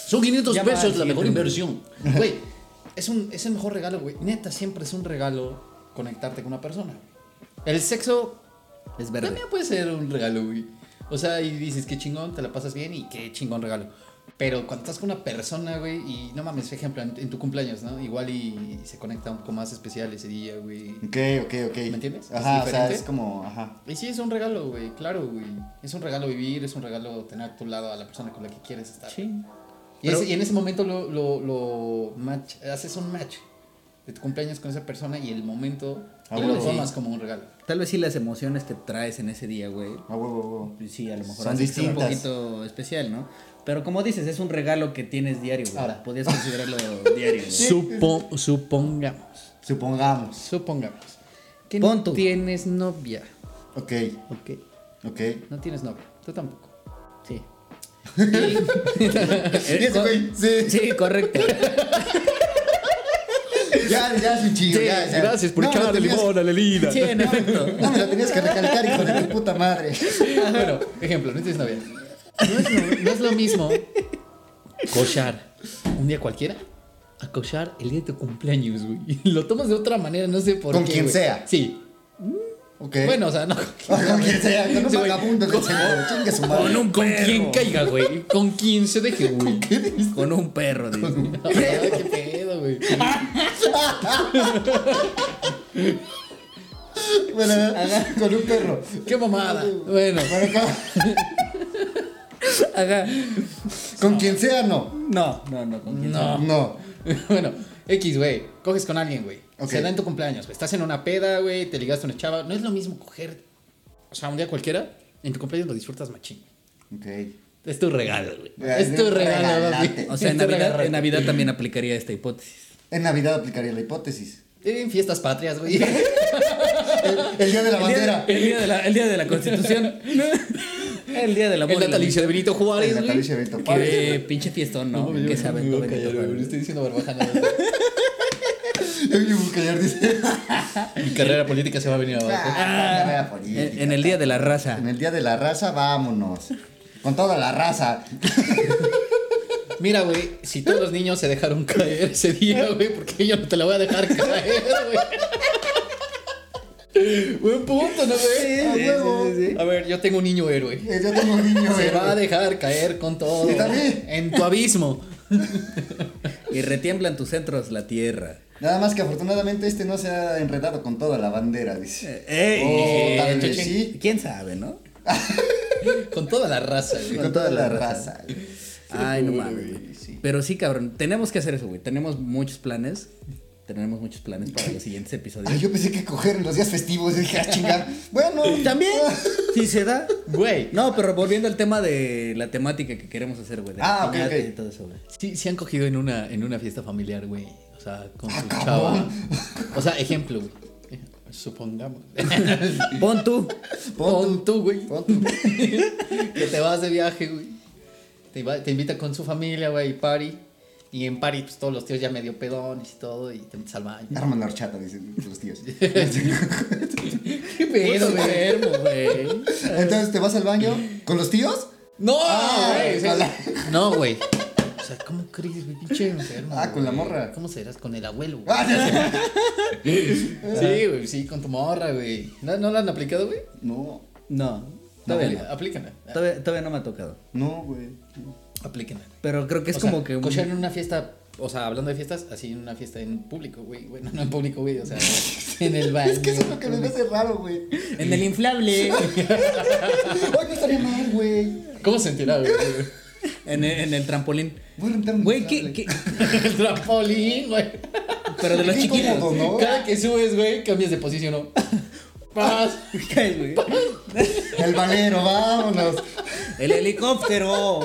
S3: Son 500
S1: Ya va,
S3: pesos
S1: siguiente,
S3: la mejor
S1: güey.
S3: inversión. Güey, es, un, es el mejor regalo, güey. Neta, siempre es un regalo conectarte con una persona. El sexo
S1: Es verde.
S3: También puede ser un regalo, güey. O sea, y dices, qué chingón, te la pasas bien y qué chingón regalo. Pero cuando estás con una persona, güey, y no mames, por ejemplo, en, en tu cumpleaños, ¿no? Igual y, se conecta un poco más especial ese día, güey.
S2: Ok, ok, ok.
S3: ¿Me entiendes? ¿Es
S2: Ajá, o sea,
S3: diferente?
S2: es como, ajá.
S3: Y sí, es un regalo, güey, claro, güey. Es un regalo vivir, es un regalo tener a tu lado a la persona con la que quieres estar.
S1: Sí.
S3: Y, ese- y en ese momento lo, lo, lo match, haces un match de tu cumpleaños con esa persona y el momento
S2: Ah,
S3: y
S2: bueno,
S3: lo
S2: sí.
S3: tomas como un regalo.
S1: Tal vez sí las emociones que traes en ese día, güey.
S2: A huevo, a huevo.
S1: pues Sí, a lo mejor
S2: Son
S1: hace que sea
S2: distintas.
S1: un poquito especial, ¿no? Pero como dices, es un regalo que tienes diario, güey.
S3: Ahora.
S1: Podías considerarlo diario, güey.
S3: Supo- supongamos.
S2: Supongamos.
S3: Supongamos que
S1: Pon
S3: no
S1: tú.
S3: tienes novia.
S2: Ok,
S3: Ok.
S2: ok.
S3: No tienes novia. Tú tampoco.
S1: Sí.
S2: Y ese güey, sí.
S1: Sí, correcto.
S2: Ya, ya, sin chingo,
S3: Sí,
S2: ya, ya.
S3: gracias por
S2: No me la
S3: echarle
S2: tenías-
S3: limón a la herida.
S1: Sí, en efecto.
S2: No me la tenías que recalcar, hijo de tu puta madre.
S3: Ah, Bueno, ejemplo, no tienes novia. No es lo, no es lo mismo cochar un día cualquiera a cochar el día de tu cumpleaños, güey. Lo tomas de otra manera, no sé por
S2: Con
S3: qué.
S2: quien
S3: güey.
S2: sea.
S3: Sí.
S2: Ok.
S3: Bueno, o sea, no.
S2: Con quien sea, con un
S3: Sí, güey.
S2: vagabundo del centro. Chingue su madre.
S1: Con un
S3: Con
S1: perro.
S3: quien caiga, güey. Con quien se deje, güey.
S1: Con un perro, dice.
S3: No, qué pedo, güey.
S2: Bueno, con un perro.
S3: ¡Qué mamada!
S2: Bueno,
S3: Bueno,
S2: con,
S1: Ajá.
S2: con quien sea, no.
S1: No, no, no,
S2: Mm,
S1: con quién
S3: no.
S2: No.
S3: bueno, X, güey. Coges con alguien, güey.
S2: Ok.
S3: Se da en tu cumpleaños, güey. Estás en una peda, güey. Te ligaste a una chava. No es lo mismo coger. O sea, un día cualquiera. En tu cumpleaños lo disfrutas machín.
S2: Ok.
S3: Es tu regalo, güey.
S2: Ya,
S3: Es tu
S2: es
S3: regalo,
S2: regalate.
S3: papi.
S1: O sea, en
S3: Es tu
S1: Navidad,
S3: regalo.
S1: en Navidad también aplicaría esta hipótesis.
S2: En Navidad aplicaría la hipótesis.
S3: En fiestas patrias, güey.
S2: El, el día de la
S1: El día
S2: bandera.
S1: de, el día de la, el día de la Constitución. el día del amor. y
S3: El
S1: la
S3: natalicio de Benito Juárez,
S2: El
S3: güey.
S2: natalicio de Benito Juárez.
S1: Qué pinche fiestón, ¿no?
S3: yo
S1: ¿Qué
S3: no
S1: saben?
S3: me
S1: todo
S3: voy a
S1: Benito
S3: callar, güey,
S1: Juárez.
S3: Estoy diciendo barbajanas.
S2: Eugenio Bucayar dice.
S3: Mi carrera política se va a venir abajo.
S2: "Ah, vaya
S1: En,
S2: política".
S1: en el día de la raza.
S2: En el día de la raza, vámonos. Con toda la raza.
S3: Mira, güey, si todos los niños se dejaron caer ese día, güey, porque yo no te la voy a dejar caer, güey. Buen punto, ¿no, güey?
S2: sí,
S3: A huevo.
S2: sí, sí.
S3: A ver, yo tengo un niño héroe.
S2: Eh, Yo tengo un niño.
S3: Se
S2: héroe.
S3: va a dejar caer con todo.
S2: Sí, también.
S3: En tu abismo.
S1: Y retiembla en tus centros la tierra.
S2: Nada más que afortunadamente este no se ha enredado con toda la bandera, dice.
S1: Eh,
S2: Oh,
S1: eh,
S2: tal
S1: ¿quién-
S2: vez sí.
S1: ¿Quién sabe, no?
S3: Con Eh, toda la raza, güey.
S2: Con toda la raza.
S1: Ay, no mames. güey. Pero sí, cabrón. Tenemos que hacer eso, güey. Tenemos muchos planes. Tenemos muchos planes para los siguientes
S2: Ay,
S1: episodios.
S2: yo pensé que coger en los días festivos. Dije, ah, chingar. Bueno.
S1: También, si se da.
S3: Güey,
S1: No, pero volviendo al tema de la temática que queremos hacer, güey. de
S2: Ah, ok,
S1: piñata
S2: ok.
S1: y todo eso, güey.
S3: Sí, sí han cogido en una, en una fiesta familiar, güey. O sea, con su chava.
S2: cabrón.
S3: O sea, ejemplo, güey. Supongamos.
S1: Pon tú.
S3: Pon tú, güey.
S2: Pon tu-
S3: Que te vas de viaje, güey. Te, va- te invita con su familia, güey, party. Y en party, pues todos los tíos ya medio pedones y todo. Y te metes al baño.
S2: Arman la horchata, dicen los tíos.
S3: ¿Qué pedo, Pues, güey?
S1: enfermo, güey.
S2: Entonces, ¿te vas al baño con los tíos?
S3: No,
S2: Ah,
S3: güey. o sea,
S2: con la-
S3: No, güey. O sea, ¿cómo crees, güey? Pinche enfermo.
S2: Ah, con la
S3: güey.
S2: morra.
S3: ¿Cómo serás con el abuelo, güey?
S2: Ah, ya sé.
S3: Sí, güey, sí, con tu morra, güey. ¿No, no la han aplicado, güey?
S2: No,
S1: No, todavía
S3: Apli-
S1: no.
S3: Aplícala.
S1: Todavía, todavía no me ha tocado.
S2: no, güey.
S3: Aplíquenla.
S1: Pero creo que es
S3: O
S1: como
S3: sea,
S1: que. un-
S3: coger en una fiesta, o sea, hablando de fiestas, así en una fiesta en público, güey. Bueno, no en público, güey, o sea, en el baño.
S2: Es que eso es lo que me hace raro, güey.
S1: En el inflable.
S2: Ay, no estaría mal, güey.
S3: ¿Cómo sentirá, güey?
S1: en, el, en el trampolín.
S2: Voy a rentar un
S1: Güey, ¿qué,
S2: inflable.
S1: qué-
S3: el trampolín, güey.
S1: Pero de los
S2: Qué
S1: chiquitos.
S2: incómodo, ¿no?
S3: Cada que subes, güey, cambias de posición, ¿no? Vas.
S1: Caes, güey.
S2: El valero, vámonos.
S1: El helicóptero.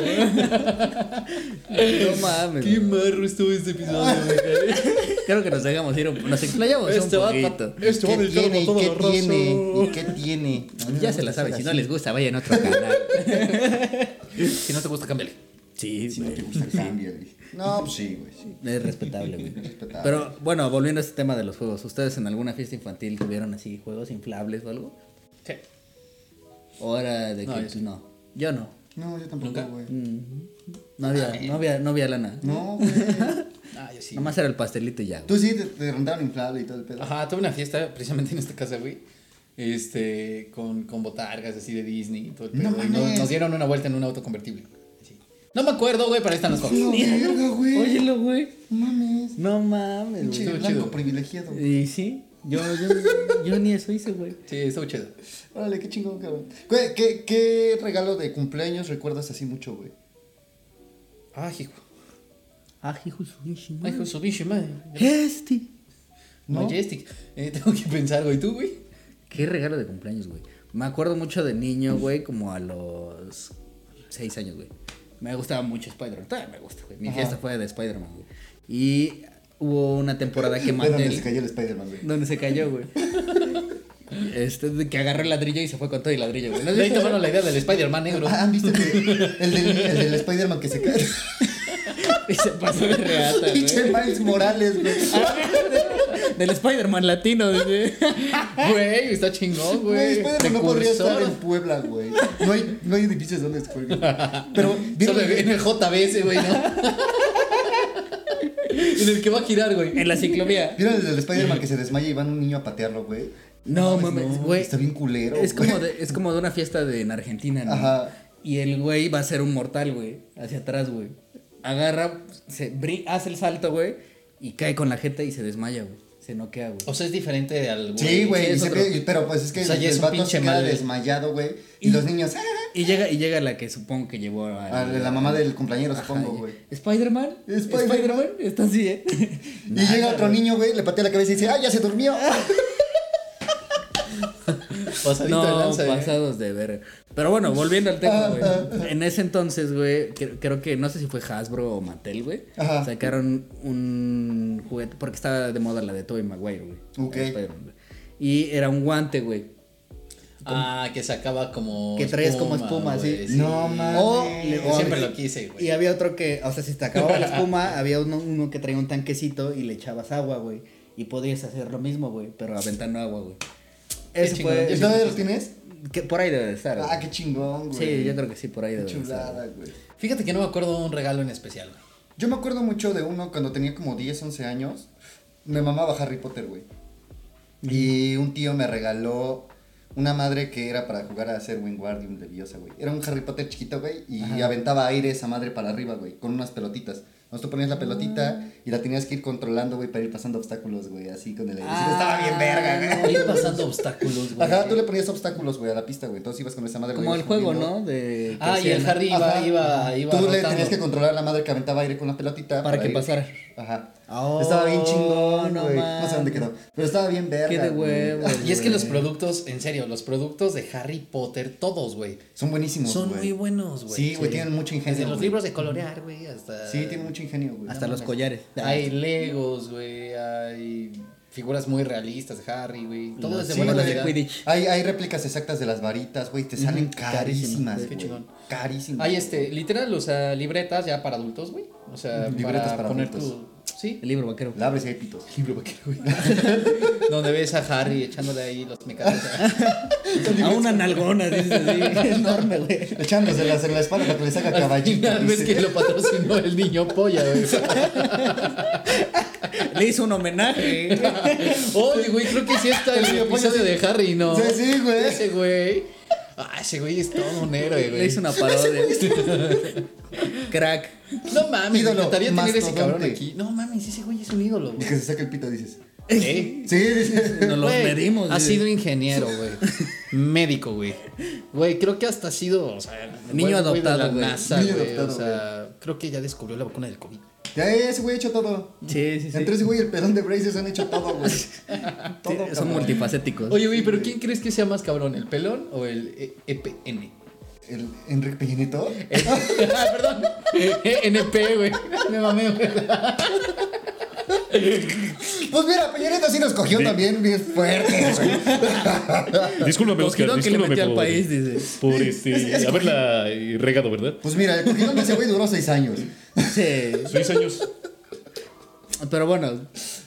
S1: no mames.
S3: Qué
S1: güey.
S3: marro estuvo este episodio, güey.
S1: Creo que nos dejamos ir, un- nos explayamos
S3: Este
S1: un
S3: va
S1: poquito.
S3: este va a
S2: ¿Qué
S3: brillar
S2: tiene
S3: con
S2: y
S3: toda
S2: qué
S3: la raza.
S2: tiene? ¿Y qué tiene?
S1: Ya se la sabe, si no les gusta, vayan a otro canal.
S3: Si no te gusta, cámbiale.
S1: Sí,
S2: No
S1: güey.
S2: te gusta el pues cambio, güey. No, pues sí, güey. sí.
S1: Es respetable, güey.
S2: Respetable.
S1: Pero bueno, volviendo a este tema de los juegos, ¿ustedes en alguna fiesta infantil tuvieron así juegos inflables o algo?
S3: Sí.
S1: ¿O era de que
S3: No,
S1: no?
S3: yo sí.
S1: no. Yo no.
S2: No, yo tampoco,
S3: ¿Nunca?
S2: güey.
S1: No había, no había, no había lana.
S2: No, güey.
S3: Ah, yo Ah, sí.
S1: Nomás era el pastelito y ya. güey.
S2: Tú sí te, te rentaron inflable y todo el pedo.
S3: Ajá, tuve una fiesta precisamente en esta casa, güey. Este, con, con botargas así de Disney y todo el
S2: No
S3: pedo. y nos,
S2: mames.
S3: nos dieron una vuelta en un auto convertible. así. No me acuerdo, güey, para esta nos
S2: No, verga, güey.
S1: Óyelo, güey.
S2: No mames.
S1: No mames,
S2: Pinche
S1: güey.
S3: estuvo
S2: blanco
S3: chido.
S2: privilegiado.
S1: Y sí, yo, yo, yo ni eso hice, güey.
S3: Sí, estuvo chido.
S2: Órale, qué chingón, cabrón. Güey, ¿qué, qué regalo de cumpleaños recuerdas así mucho, güey?
S3: Ah, hijo.
S1: Ah, hijo de su pinche
S3: Ay,
S1: madre.
S3: hijo, su bicho, madre.
S1: Este.
S2: ¿No?
S3: Majestic. Eh, tengo que pensar, güey. ¿Tú, güey?
S1: Qué regalo de cumpleaños, güey. Me acuerdo mucho de niño, güey, como a los seis años, güey. Me gustaba mucho Spider-Man. Todavía me gusta, güey. Mi fiesta fue de Spider-Man, güey. Y hubo una temporada que
S2: Fue
S1: mandé.
S2: donde
S1: el-
S2: se cayó el Spider-Man, güey.
S1: Donde se cayó, güey. Este, de que agarró el ladrillo y se fue con todo el ladrillo, güey. ¿No has
S3: De ahí
S1: visto?
S3: tomaron la idea del Spider-Man negro.
S2: Ah, ¿han visto que el del, el del Spider-Man que se cae?
S1: Y se pasó de reata, güey.
S2: Pinche Miles Morales, güey.
S1: Del Spider-Man latino, güey.
S3: Güey, está chingón,
S2: Güey,
S3: güey.
S2: Spider-Man no podría estar en
S3: Precursor.
S2: Puebla, güey. No hay, no hay edificios donde se juegue. Pero, ¿vieron
S3: Solo
S2: el-
S3: en el JBS, güey, ¿no? en el que va a girar, güey.
S1: En la ciclovía.
S2: ¿Vieron el del Spider-Man que se desmaya y van un niño a patearlo, güey?
S1: No,
S2: mames,
S1: mames,
S2: no,
S1: güey.
S2: Está bien culero.
S1: Es como,
S2: güey.
S1: de, es como de una fiesta de en Argentina, ¿no?
S2: Ajá.
S1: Y el güey va a ser un mortal, güey. Hacia atrás, güey. Agarra, se bri- hace el salto, güey. Y cae con la jeta y se desmaya, güey. Se noquea, güey.
S3: O sea, es diferente al güey.
S2: Sí, güey,
S1: sí, es
S2: y siempre-
S1: otro.
S2: y- pero pues es que
S3: O sea, ya
S2: el,
S3: es un
S2: vato
S3: pinche
S2: se queda
S3: madre.
S2: desmayado, güey, y,
S1: Y-
S2: los niños, ¡ah!
S1: Y llega, y llega la que supongo que llevó a,
S2: A Ah, la mamá del cumpleañero,
S1: Ajá,
S2: supongo,
S1: y-
S2: güey.
S1: ¿Spider-Man?
S2: Spider-Man.
S1: ¿Spider-Man? Está así, ¿eh?
S2: Y llega otro niño, güey, le patea la cabeza y dice, ¡ah, ya se durmió!
S3: Pasadito de
S1: No,
S3: lanza, eh.
S1: pasados de ver. Pero bueno, volviendo al tema, güey. En ese entonces, güey, cre- creo que no sé si fue Hasbro o Mattel, güey.
S2: Ajá.
S1: Sacaron un juguete, porque estaba de moda la de Tobey Maguire, güey.
S2: Ok.
S1: La de Spider-Man, güey. Y era un guante, güey.
S3: Ah, que sacaba como.
S1: Que traes como espuma, sí.
S3: Oh, güey,
S2: No mames.
S1: O-
S3: Yo siempre lo quise, güey.
S1: Y había otro que, o sea, si te acababa la espuma, había uno, uno que traía un tanquecito y le echabas agua, güey. Y podías hacer lo mismo, güey, pero aventando agua, güey. Eso
S3: chingón.
S1: fue.
S2: ¿Y todavía lo tienes?
S1: que por ahí debe de estar.
S2: Ah,
S1: güey.
S2: qué chingón, güey.
S1: Sí, yo creo que sí, por ahí
S2: Qué
S1: debe de estar.
S2: chulada, güey.
S3: Fíjate que no me acuerdo de un regalo en especial, güey.
S2: Yo me acuerdo mucho de uno cuando tenía como 10, 11 años. Me mamaba Harry Potter, güey. Y un tío me regaló una madre que era para jugar a hacer Wingardium Leviosa, güey. Era un Harry Potter chiquito, güey, y aventaba aire esa madre para arriba, güey, con unas pelotitas. Entonces tú ponías la pelotita y la tenías que ir controlando, güey, para ir pasando obstáculos, güey, así con el aire. Estaba bien verga, güey.
S3: Ir pasando obstáculos, güey.
S2: Ajá, tú le ponías obstáculos, güey, a la pista, güey. Entonces ibas con esa madre,
S1: Como
S2: güey,
S1: el
S2: ibas
S1: juego,
S2: subiendo.
S1: ¿no? De, que
S3: Ah, y el
S1: hacían-
S3: Harry iba,
S2: Ajá.
S3: iba, iba.
S2: Tú le
S3: rotando.
S2: tenías que controlar a la madre que aventaba aire con la pelotita.
S1: Para que
S2: ir-
S1: pasara.
S2: Ajá.
S1: Oh,
S2: estaba bien chingón,
S1: no
S2: güey. No,
S1: mames.
S2: sé dónde quedó. Pero estaba bien verga.
S1: Qué de
S2: güey.
S1: huevos.
S3: Y es que los
S1: güey.
S3: productos, en serio, los productos de Harry Potter, todos, güey.
S2: Son buenísimos,
S3: Son
S2: güey.
S3: muy buenos, güey.
S2: Sí, güey, tienen mucho ingenio,
S3: Desde los
S2: güey.
S3: libros de colorear, güey, hasta.
S2: Sí, tiene mucho ingenio, güey.
S1: Hasta
S2: No
S1: los
S2: mames.
S1: collares. Ah,
S3: Hay Legos, güey, hay figuras muy realistas de Harry, güey. Todo
S1: Los
S3: es de
S1: sí,
S3: buena
S1: los de
S3: calidad.
S1: Quidditch.
S2: Hay, hay réplicas exactas de las varitas, güey. Te salen carísimas,
S1: carísimas,
S2: güey.
S3: qué chingón.
S2: Carísimas.
S3: Hay este, literal, o sea, libretas ya para adultos, güey. O sea,
S2: Mm, Libretas
S3: para,
S2: para
S3: poner
S2: adultos.
S3: tu. Sí.
S1: El libro vaquero.
S2: La abres y hay pitos.
S3: Libro vaquero, güey. Donde ves a Harry echándole ahí los mecanismos.
S1: A una nalgona, dices así. Enorme, güey.
S2: Echándoselas en la espalda para que les haga caballito.
S3: Al vez
S2: dice.
S3: que lo patrocinó el niño polla, güey.
S1: Le hizo un homenaje.
S3: Oye, güey, creo que sí está el episodio de Harry, ¿no?
S2: Sí, sí, güey.
S3: Ese güey. Ah, ese güey es todo un héroe, güey.
S1: Le hizo una parodia. Crack.
S3: No mames, me
S2: Ídolo,
S3: encantaría tener ese cabrón
S2: mastodonte.
S3: aquí. No mames, ese güey es un ídolo,
S2: Y
S3: güey.
S2: que se saca el pito, dices.
S3: ¿Eh?
S2: Sí, dices.
S1: Nos los
S3: Güey,
S1: medimos.
S3: Ha
S1: dices.
S3: sido ingeniero, güey. Médico, güey. Güey, creo que hasta ha sido, o sea,
S1: Niño
S3: güey, güey de
S1: adoptado,
S3: la
S1: güey.
S3: NASA,
S2: Niño
S3: güey. O
S2: adoptado,
S3: sea, creo que ya descubrió la vacuna del COVID.
S2: Ya ese güey ha hecho todo.
S1: Sí, sí, sí.
S2: Entre ese güey y el pelón de Braces han hecho todo, güey.
S1: Sí,
S2: todo,
S1: Son
S2: cabrón.
S1: multifacéticos.
S3: Oye, güey, pero ¿quién crees que sea más cabrón, el pelón o el E- EPN?
S2: El Enrique Peña Nieto.
S3: Ah, perdón. NP, E güey. Me mamé, güey.
S2: Pues mira, Peña Nieto sí nos cogió también bien fuerte, güey.
S5: Discúlpame, Oscar.
S1: Cogido que le
S5: Discúlpame
S1: metió al
S5: por,
S1: país, dices.
S5: por este, haberla eh, regado, ¿verdad?
S2: Pues mira, el cogido de ese güey duró seis años.
S1: Sí.
S5: Seis años.
S1: Pero bueno,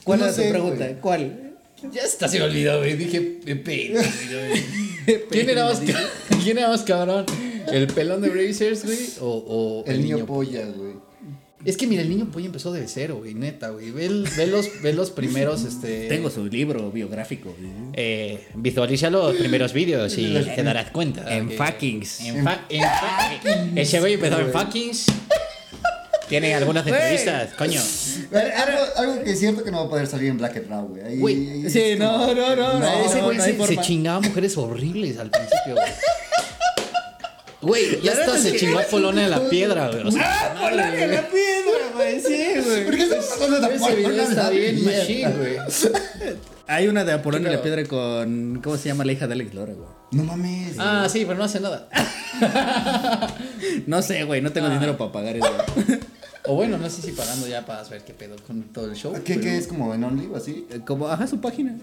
S1: ¿cuál
S2: No
S1: era tu
S2: sé,
S1: pregunta?
S2: güey.
S1: ¿Cuál?
S3: Ya hasta se me olvidó, güey. Dije EPN. güey. ¿Quién era más, ca- ¿Quién era más cabrón? ¿El pelón de Brazers, güey? O, o
S2: El niño polla, güey.
S3: Es que mira, el niño pollo empezó de cero, güey, neta, güey. Ve, el- ve los, ve los primeros, este.
S1: Tengo su libro biográfico. dices.
S3: Eh, visualiza los primeros vídeos y te darás cuenta.
S1: En
S3: que-
S1: fuckings.
S3: En, fa- en fuckings. Ese güey empezó en fuckings. Tiene algunas entrevistas, coño.
S2: Algo, algo que es cierto que no va a poder salir en Black and Raw, güey. Ahí- ahí
S3: Güey, este,
S2: es
S1: Sí,
S2: como-
S1: no, no, no. no,
S3: Ese
S1: no,
S3: güey
S1: no hay
S3: se, se
S1: forma.
S3: chingaba a mujeres horribles al principio, güey. Güey, ya
S1: La
S3: hasta
S1: neta
S3: se
S1: es que-
S3: chingó a Polonia de la Piedra, güey. O sea,
S1: ¡Ah, Polonia la piedra, güey! Sí,
S2: ¿Por
S1: güey.
S2: qué estamos hablando de
S3: ese video
S2: Polonia de
S3: está
S2: la
S3: bien
S2: Piedra?
S3: machín, güey.
S1: Hay una de Apolonio y la
S3: Claro.
S1: piedra con. ¿Cómo se llama la hija de Alex Lora, güey?
S2: No mames.
S3: Ah, sí, pero no hace nada.
S1: No sé, güey, no tengo
S3: Ah.
S1: dinero para pagar eso.
S3: O bueno, no sé si pagando ya para saber qué pedo con todo el show.
S2: ¿Qué, qué es como en Only o así?
S1: Eh, Como, ajá, su página.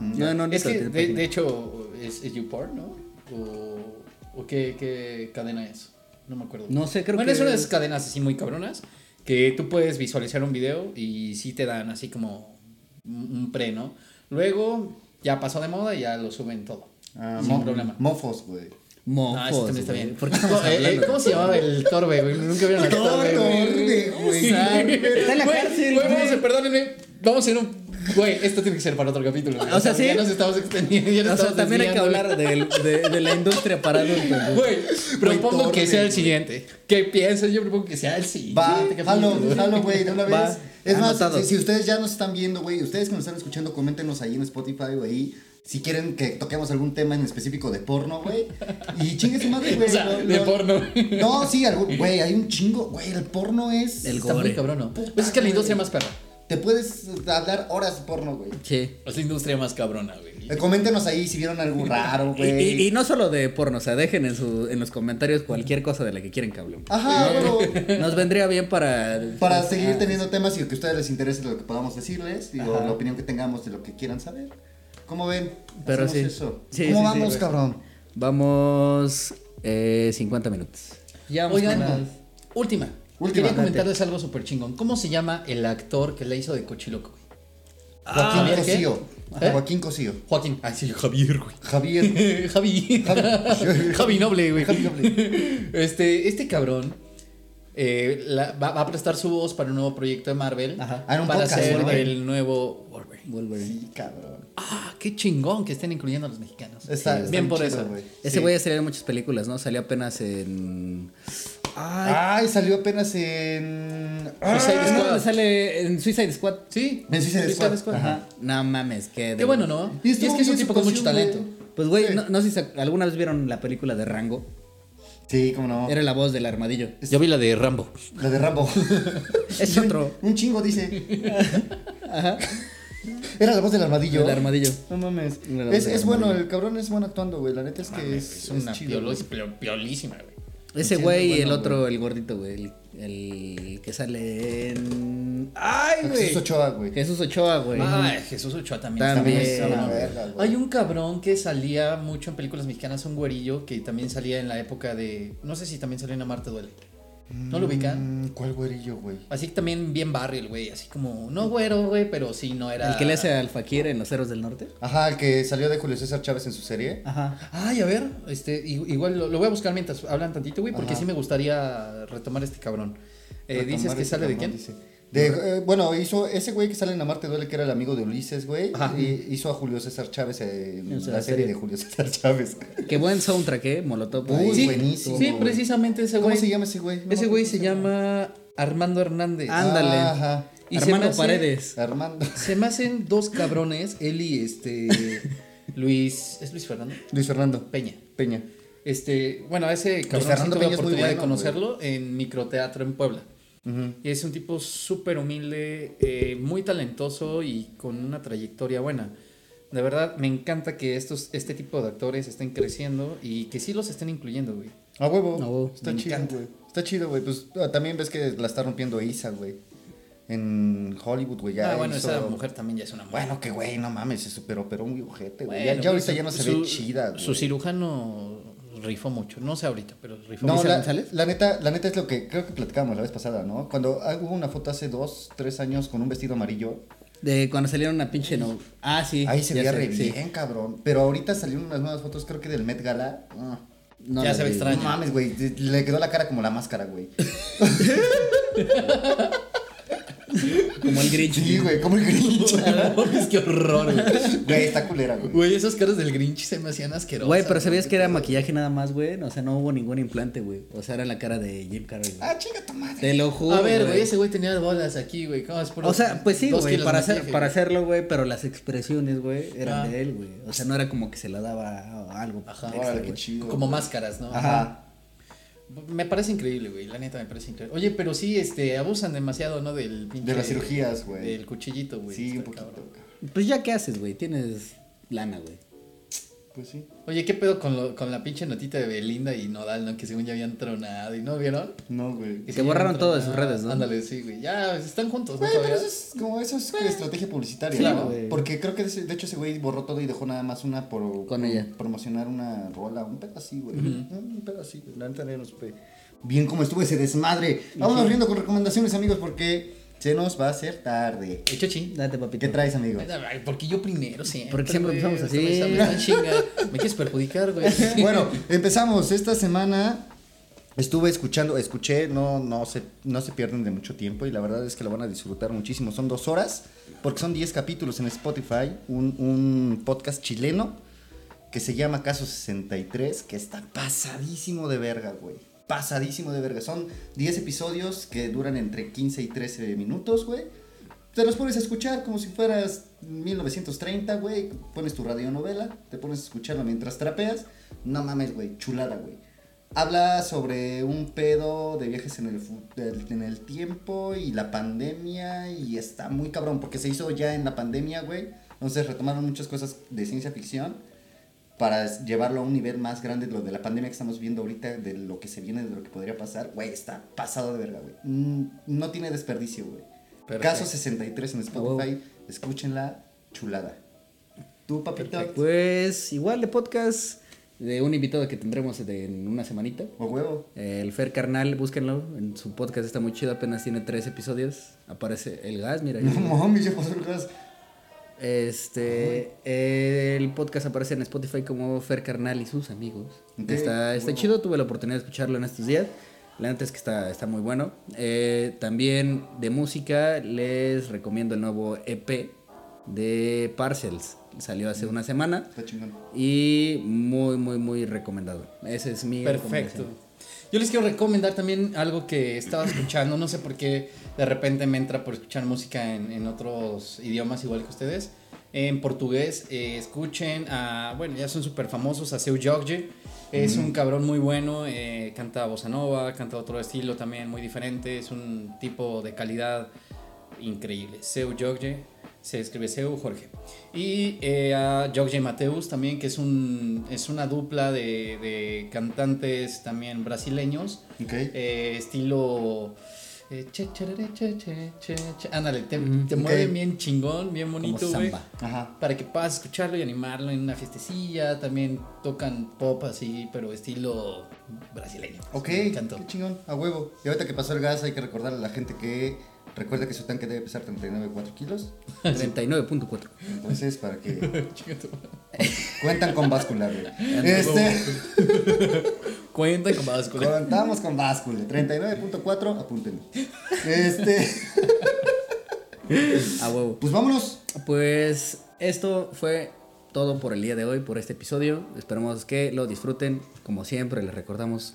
S1: No, no,
S3: Mm. Es
S1: neta,
S3: que,
S1: tiene
S3: de,
S1: página.
S3: de hecho, es, es YouPorn, ¿no? ¿O, o qué, qué cadena es? No me acuerdo.
S1: No sé, creo
S3: bueno,
S1: que
S3: es una de
S1: es-
S3: esas cadenas así muy cabronas que tú puedes visualizar un video y sí te dan así como un un pre, ¿no? Luego ya pasó de moda y ya lo suben todo.
S2: Ah,
S3: sin
S2: mo-
S3: problema.
S2: Mofos, güey.
S3: Ah, eso
S1: Mofos,
S3: también está
S1: güey.
S3: bien.
S1: ¿Por qué estamos
S3: Eh, eh,
S1: hablando?
S3: ¿Cómo se llamaba el Torbe, güey? Nunca vieron al Torbe, güey.
S2: Torbe, güey.
S1: Está en la
S3: Güey,
S1: cárcel,
S3: güey,
S1: güey.
S3: vamos a- perdónenme, vamos a hacer un Güey, esto tiene que ser para otro capítulo. güey.
S1: O sea, sí.
S3: Ya nos estamos extendiendo. Ya nos
S1: O sea,
S3: estamos
S1: también hay que
S3: desviando,
S1: hablar del- de, de la industria para adultos. güey.
S3: Güey, propongo que
S2: torne,
S3: sea el
S2: güey.
S3: siguiente. ¿Qué piensas? Yo propongo que sea el siguiente.
S2: Va,
S3: capítulo,
S2: jalo,
S3: güey.
S2: jalo, güey, de una vez.
S1: Va,
S2: es más,
S1: anotado.
S2: si, si ustedes ya nos están viendo, güey, ustedes que nos están escuchando, coméntenos ahí en Spotify, güey. ahí, Si quieren que toquemos algún tema en específico de porno, güey. Y chingue su madre, güey.
S3: O sea, de porno.
S2: No, sí, algún- güey, hay un chingo. Güey, el porno es.
S1: El
S3: Está muy
S1: gore.
S3: cabrón, ¿no?
S2: Puta,
S3: Pues es que la
S2: güey.
S3: industria más perra.
S2: Te puedes hablar horas de porno, güey.
S1: Sí.
S3: Es la industria más cabrona, güey.
S2: Eh, Coméntenos ahí si vieron algo raro,
S1: Y, y-
S2: güey.
S1: y no solo de porno, o sea, dejen en, su- en los comentarios cualquier cosa de la que quieren que hablemos.
S2: Ajá, güey.
S1: Nos vendría bien para.
S2: Para seguir teniendo temas y que a ustedes les interese lo que podamos decirles y o la opinión que tengamos de lo que quieran saber. ¿Cómo ven?
S1: Pero
S2: ¿Hacemos
S1: sí.
S2: eso?
S1: Sí,
S2: ¿Cómo
S1: sí, pues. sí,
S2: vamos,
S1: güey.
S2: cabrón?
S1: Vamos. eh, 50 minutos.
S3: Ya
S1: vamos
S3: Oigan,
S1: con las-
S3: última.
S2: Última,
S3: Quería
S2: date.
S3: comentarles algo súper chingón. ¿Cómo se llama el actor que la hizo de Cochiloco, güey?
S1: Ah,
S2: Ah, Joaquín
S3: ¿Javier qué?
S2: Cosío.
S3: ¿Eh?
S2: Joaquín Cosío.
S3: Joaquín. Ah, sí, Javier, güey.
S2: Javier.
S3: Javi.
S2: Javi.
S3: Javi Noble, güey.
S2: Javi Noble.
S3: Este, este cabrón eh, la- va, va a prestar su voz para un nuevo proyecto de Marvel.
S2: Ajá. Ah, en un
S3: para
S2: podcast,
S3: hacer
S2: Wolverine.
S3: el nuevo Wolverine.
S2: Sí, cabrón.
S3: Ah, qué chingón que estén incluyendo a los mexicanos.
S2: Está,
S3: Sí,
S2: está
S3: Bien por
S2: chido,
S3: eso.
S2: güey.
S1: Ese
S2: Sí.
S1: güey ha salido en muchas películas, ¿no? Salió apenas en. Ay,
S2: Ay, salió apenas en. Ah,
S3: Suicide
S1: ¿cómo
S3: Squad.
S1: le sale en Suicide Squad.
S3: Sí.
S2: En Suicide Squad. Ajá.
S1: No mames, que.
S3: Qué bueno, ¿no?
S2: Y
S3: Y es
S2: estuvo
S3: que es un
S2: bien
S3: tipo con
S2: su
S3: mucho
S2: canción,
S3: talento.
S1: Pues güey,
S2: Sí.
S1: no, no sé si se- alguna vez vieron la película de Rango.
S2: Sí, cómo no.
S1: Era la voz del armadillo.
S3: Yo vi la de Rambo.
S2: La de Rambo.
S1: Es otro.
S2: Un chingo dice. Era la voz del armadillo.
S1: Del armadillo.
S2: No mames.
S1: Era la voz
S2: Es,
S1: del
S2: es bueno,
S1: armadillo.
S2: el cabrón es bueno actuando, güey. La neta es que es,
S3: Es una
S2: es chido, güey.
S3: piolo- piol- piolísima, güey.
S1: Ese
S2: Sí,
S1: güey
S2: muy
S1: y el
S2: bueno,
S1: otro, el gordito, güey. El, el que sale en. ¡Ay,
S2: Jesús
S1: güey!
S2: Ochoa, güey.
S1: Jesús Ochoa, güey.
S3: Ah, Jesús Ochoa también.
S1: También. Bien,
S2: También es
S3: está
S2: una
S1: cabrón.
S2: verga, güey.
S3: Hay un cabrón que salía mucho en películas mexicanas, un güerillo que también salía en la época de. No sé si también salió en Amarte Duele. ¿No lo ubican?
S2: Mm, ¿Cuál güerillo, güey?
S3: Así que también bien barrio el güey, así como. No güero, güey, pero sí, no era.
S1: El que le hace al Fakir en Los Héroes del Norte.
S2: Ajá, el que salió de Julio César Chávez en su
S3: Ah,
S2: serie.
S1: Ajá.
S3: Ay, a ver, este, i- igual lo, lo voy a buscar mientras hablan tantito, güey, porque
S2: Ajá.
S3: sí me gustaría retomar este cabrón. Eh,
S2: Retomar
S3: ¿Dices que
S2: ese
S3: sale de
S2: cabrón,
S3: quién?
S2: dice. De, eh, bueno, hizo ese güey que sale en Amarte Duele, que era el amigo de Ulises, güey.
S3: Ajá.
S2: y Hizo a Julio César Chávez en
S1: O sea,
S2: la
S1: la
S2: serie
S1: serie.
S2: de Julio César Chávez.
S1: Qué buen soundtrack, ¿eh? Molotov.
S2: Uy,
S1: ahí.
S3: sí,
S2: buenísimo,
S3: sí,
S2: güey.
S3: precisamente ese
S2: ¿Cómo
S3: güey.
S2: se llama ese güey? No me
S3: Ese
S2: acuerdo
S3: güey
S2: cómo Ah.
S3: se llama Armando Hernández.
S1: Ándale.
S2: Ajá.
S3: Y se me
S1: Hermano
S3: hace-
S1: Paredes.
S2: Armando.
S3: Se me hacen dos cabrones, él y este Luis, ¿es Luis Fernando?
S2: Luis Fernando.
S3: Peña.
S2: Peña.
S3: Este, bueno, a ese cabrón sí
S2: Fernando
S3: tuve
S2: Peña es muy
S3: oportunidad de
S2: bueno, güey.
S3: conocerlo en microteatro en Puebla. Y es un tipo súper humilde, eh, muy talentoso y con una trayectoria buena. De verdad, me encanta que estos, este tipo de actores estén creciendo y que sí los estén incluyendo, güey.
S2: A huevo.
S1: A huevo.
S2: Está
S3: Me
S2: chido,
S3: encanta.
S2: güey. Está chido, güey. Pues ah, también ves que la está rompiendo Isa, güey. En Hollywood, güey. Ya
S3: ah, bueno,
S2: hizo-
S3: esa mujer también ya es una mujer.
S2: Bueno, que güey, no mames, se superoperó un ojete, güey.
S3: Bueno,
S2: ya, ya ahorita
S3: su-
S2: ya no se
S3: su-
S2: ve chida, güey.
S3: Su cirujano rifó mucho. No sé ahorita, pero rifó
S2: No,
S3: mucho.
S2: la, la neta, la neta es lo que creo que platicábamos la vez pasada, ¿no? Cuando ah, hubo una foto hace dos, tres años con un vestido amarillo,
S1: De cuando salieron una pinche no. Ah, sí.
S2: ahí se
S1: ya
S2: veía
S1: sé,
S2: re
S1: sí.
S2: bien, cabrón. Pero ahorita salieron unas nuevas fotos, creo que del Met Gala. Ah,
S1: No
S3: Ya
S1: las
S3: se ve
S1: vi.
S3: extraño.
S2: No mames, güey, le- le quedó la cara como la máscara, güey.
S1: Como el Grinch.
S2: Sí, güey, como el Grinch.
S3: es que horror, güey.
S2: Güey, está culera, güey.
S3: Güey, esas caras del Grinch se me hacían asquerosas.
S1: Güey, pero sabías que era maquillaje nada más, güey. O sea, no hubo ningún implante, güey. O sea, era la cara de Jim Carrey. güey.
S2: Ah, chinga tu madre.
S1: Te lo juro.
S3: A ver, güey, ese güey tenía bolas aquí, güey. ¿cómo es puro-
S1: O sea, pues sí,
S3: dos
S1: güey,
S3: kilos
S1: para,
S3: de
S1: hacer,
S3: maquillaje,
S1: para
S3: güey?
S1: hacerlo, güey, pero las expresiones, güey, eran
S3: Ah.
S1: de él, güey. O sea, no era como que se la daba algo.
S3: Ajá.
S1: extra,
S2: Órale, qué
S1: güey.
S2: chido.
S3: Como
S2: güey.
S3: máscaras, ¿no?
S2: Ajá.
S3: Me parece increíble, güey. La neta me parece increíble. Oye, pero sí, este, abusan demasiado, ¿no? Del pinche-
S2: De las cirugías, güey.
S3: Del cuchillito, güey.
S2: Sí, un
S3: Está
S2: poquito.
S3: cabrón.
S2: cabrón.
S1: Pues ya, ¿qué haces, güey? Tienes lana, güey.
S2: Pues sí.
S3: Oye, ¿qué pedo con, lo- con la pinche notita de Belinda y Nodal, no? Que según ya habían tronado y no vieron.
S2: No, güey.
S1: Que borraron todo de sus redes, ¿no?
S3: Ándale, sí, güey. Ya pues, están juntos, ¿no?
S2: Güey, pero
S3: Todavía.
S2: eso es como eso es estrategia publicitaria,
S1: Eh. Sí,
S2: ¿no?
S1: güey.
S2: Porque creo que ese- de hecho ese güey borró todo y dejó nada más una por, por
S1: ella.
S2: promocionar una rola, un pedo así, güey. Mm, Un pedo así, güey. La neta ya no supe Bien como estuvo ese desmadre. Vámonos riendo con recomendaciones, amigos, porque se nos va a hacer tarde.
S3: El chochi.
S1: Date, papito.
S2: ¿Qué traes, amigo?
S3: Ay, Porque yo primero siempre.
S1: Porque siempre
S3: güey.
S1: empezamos así.
S3: Me están- me están chinga. Me quieres perjudicar, güey.
S2: Bueno, empezamos esta semana. Estuve escuchando, escuché, no, no, se, no se pierden de mucho tiempo y la verdad es que lo van a disfrutar muchísimo. Son dos horas, porque son 10 capítulos en Spotify, un, un podcast chileno que se llama Caso 63, que está pasadísimo de verga, güey. Pasadísimo de verga. Son 10 episodios que duran entre 15 y 13 minutos, güey. Te los pones a escuchar como si fueras 1930, güey. Pones tu radionovela, te pones a escucharlo mientras trapeas. No mames, güey. Chulada, güey. Habla sobre un pedo de viajes en el, fu- del- en el tiempo y la pandemia y está muy cabrón porque se hizo ya en la pandemia, güey. Entonces retomaron muchas cosas de ciencia ficción para s- llevarlo a un nivel más grande de lo de la pandemia que estamos viendo ahorita, de lo que se viene, de lo que podría pasar. Güey, está pasado de verga, güey. Mm, No tiene desperdicio, güey. Caso 63 en Spotify, escúchenla, chulada. Tú, papito,
S1: Pues igual de podcast de un invitado que tendremos de- en una semanita.
S2: o huevo.
S1: El Fer Carnal, búsquenlo. En su podcast está muy chido, apenas tiene tres episodios. Aparece el gas, mira. ahí.
S2: No mames, ya pasó el gas.
S1: Este, el podcast aparece en Spotify como Fer Carnal y sus amigos.
S2: Ok,
S1: Está, está
S2: huevo.
S1: chido, tuve la oportunidad de escucharlo en estos días. La neta es que está, está muy bueno. Eh, también de música les recomiendo el nuevo EP de Parcels. Salió hace una semana
S2: Está chingón.
S1: y muy, muy, muy recomendado. Ese es mi
S3: Perfecto.
S1: recomendación.
S3: Yo les quiero recomendar también algo que estaba escuchando, no sé por qué de repente me entra por escuchar música en, en otros idiomas igual que ustedes. En portugués, eh, escuchen a, bueno, ya son súper famosos, a Seu Jorge. Es un cabrón muy bueno, eh, canta bossa nova, canta otro estilo también muy diferente, es un tipo de calidad increíble. Seu Jorge, se escribe Seu Jorge. Y eh, a Jorge Mateus también, que es, un, es una dupla de, de cantantes también brasileños,
S2: Ok.
S3: eh, estilo... eh, che, chere, che, che, che, che. Ándale, te, te
S2: ok.
S3: mueve bien chingón, bien bonito, güey.
S1: samba.
S2: Ajá.
S3: Para que puedas escucharlo y animarlo en una fiestecilla. También tocan pop así, pero estilo brasileño.
S2: Ok,
S3: Me encantó.
S2: qué chingón, a huevo. Y ahorita que pasó el gas, hay que recordarle a la gente que recuerda que su tanque debe pesar 39.4 kilos.
S1: 39.4.
S2: Entonces, para que. Cuentan con báscula, güey. Este,
S3: Cuenta con más cosas.
S2: contamos con báscula. 39.4, apúntenlo. Este,
S1: A huevo.
S2: pues vámonos.
S1: Pues esto fue todo por el día de hoy, por este episodio. Esperamos que lo disfruten. Como siempre, les recordamos,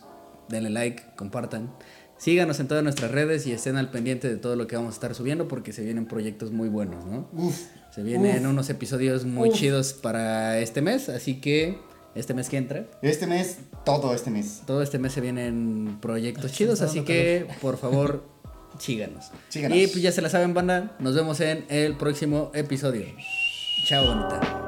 S1: denle like, compartan. Síganos en todas nuestras redes y estén al pendiente de todo lo que vamos a estar subiendo porque se vienen proyectos muy buenos, ¿no?
S2: Uf,
S1: Se vienen unos episodios muy chidos para este mes, así que este mes que entra,
S2: este mes, todo este mes.
S1: todo este mes se vienen proyectos chidos, así que por favor, síganos.
S2: Síganos.
S1: Y pues ya se la saben, banda, nos vemos en el próximo episodio. Chao, bonita.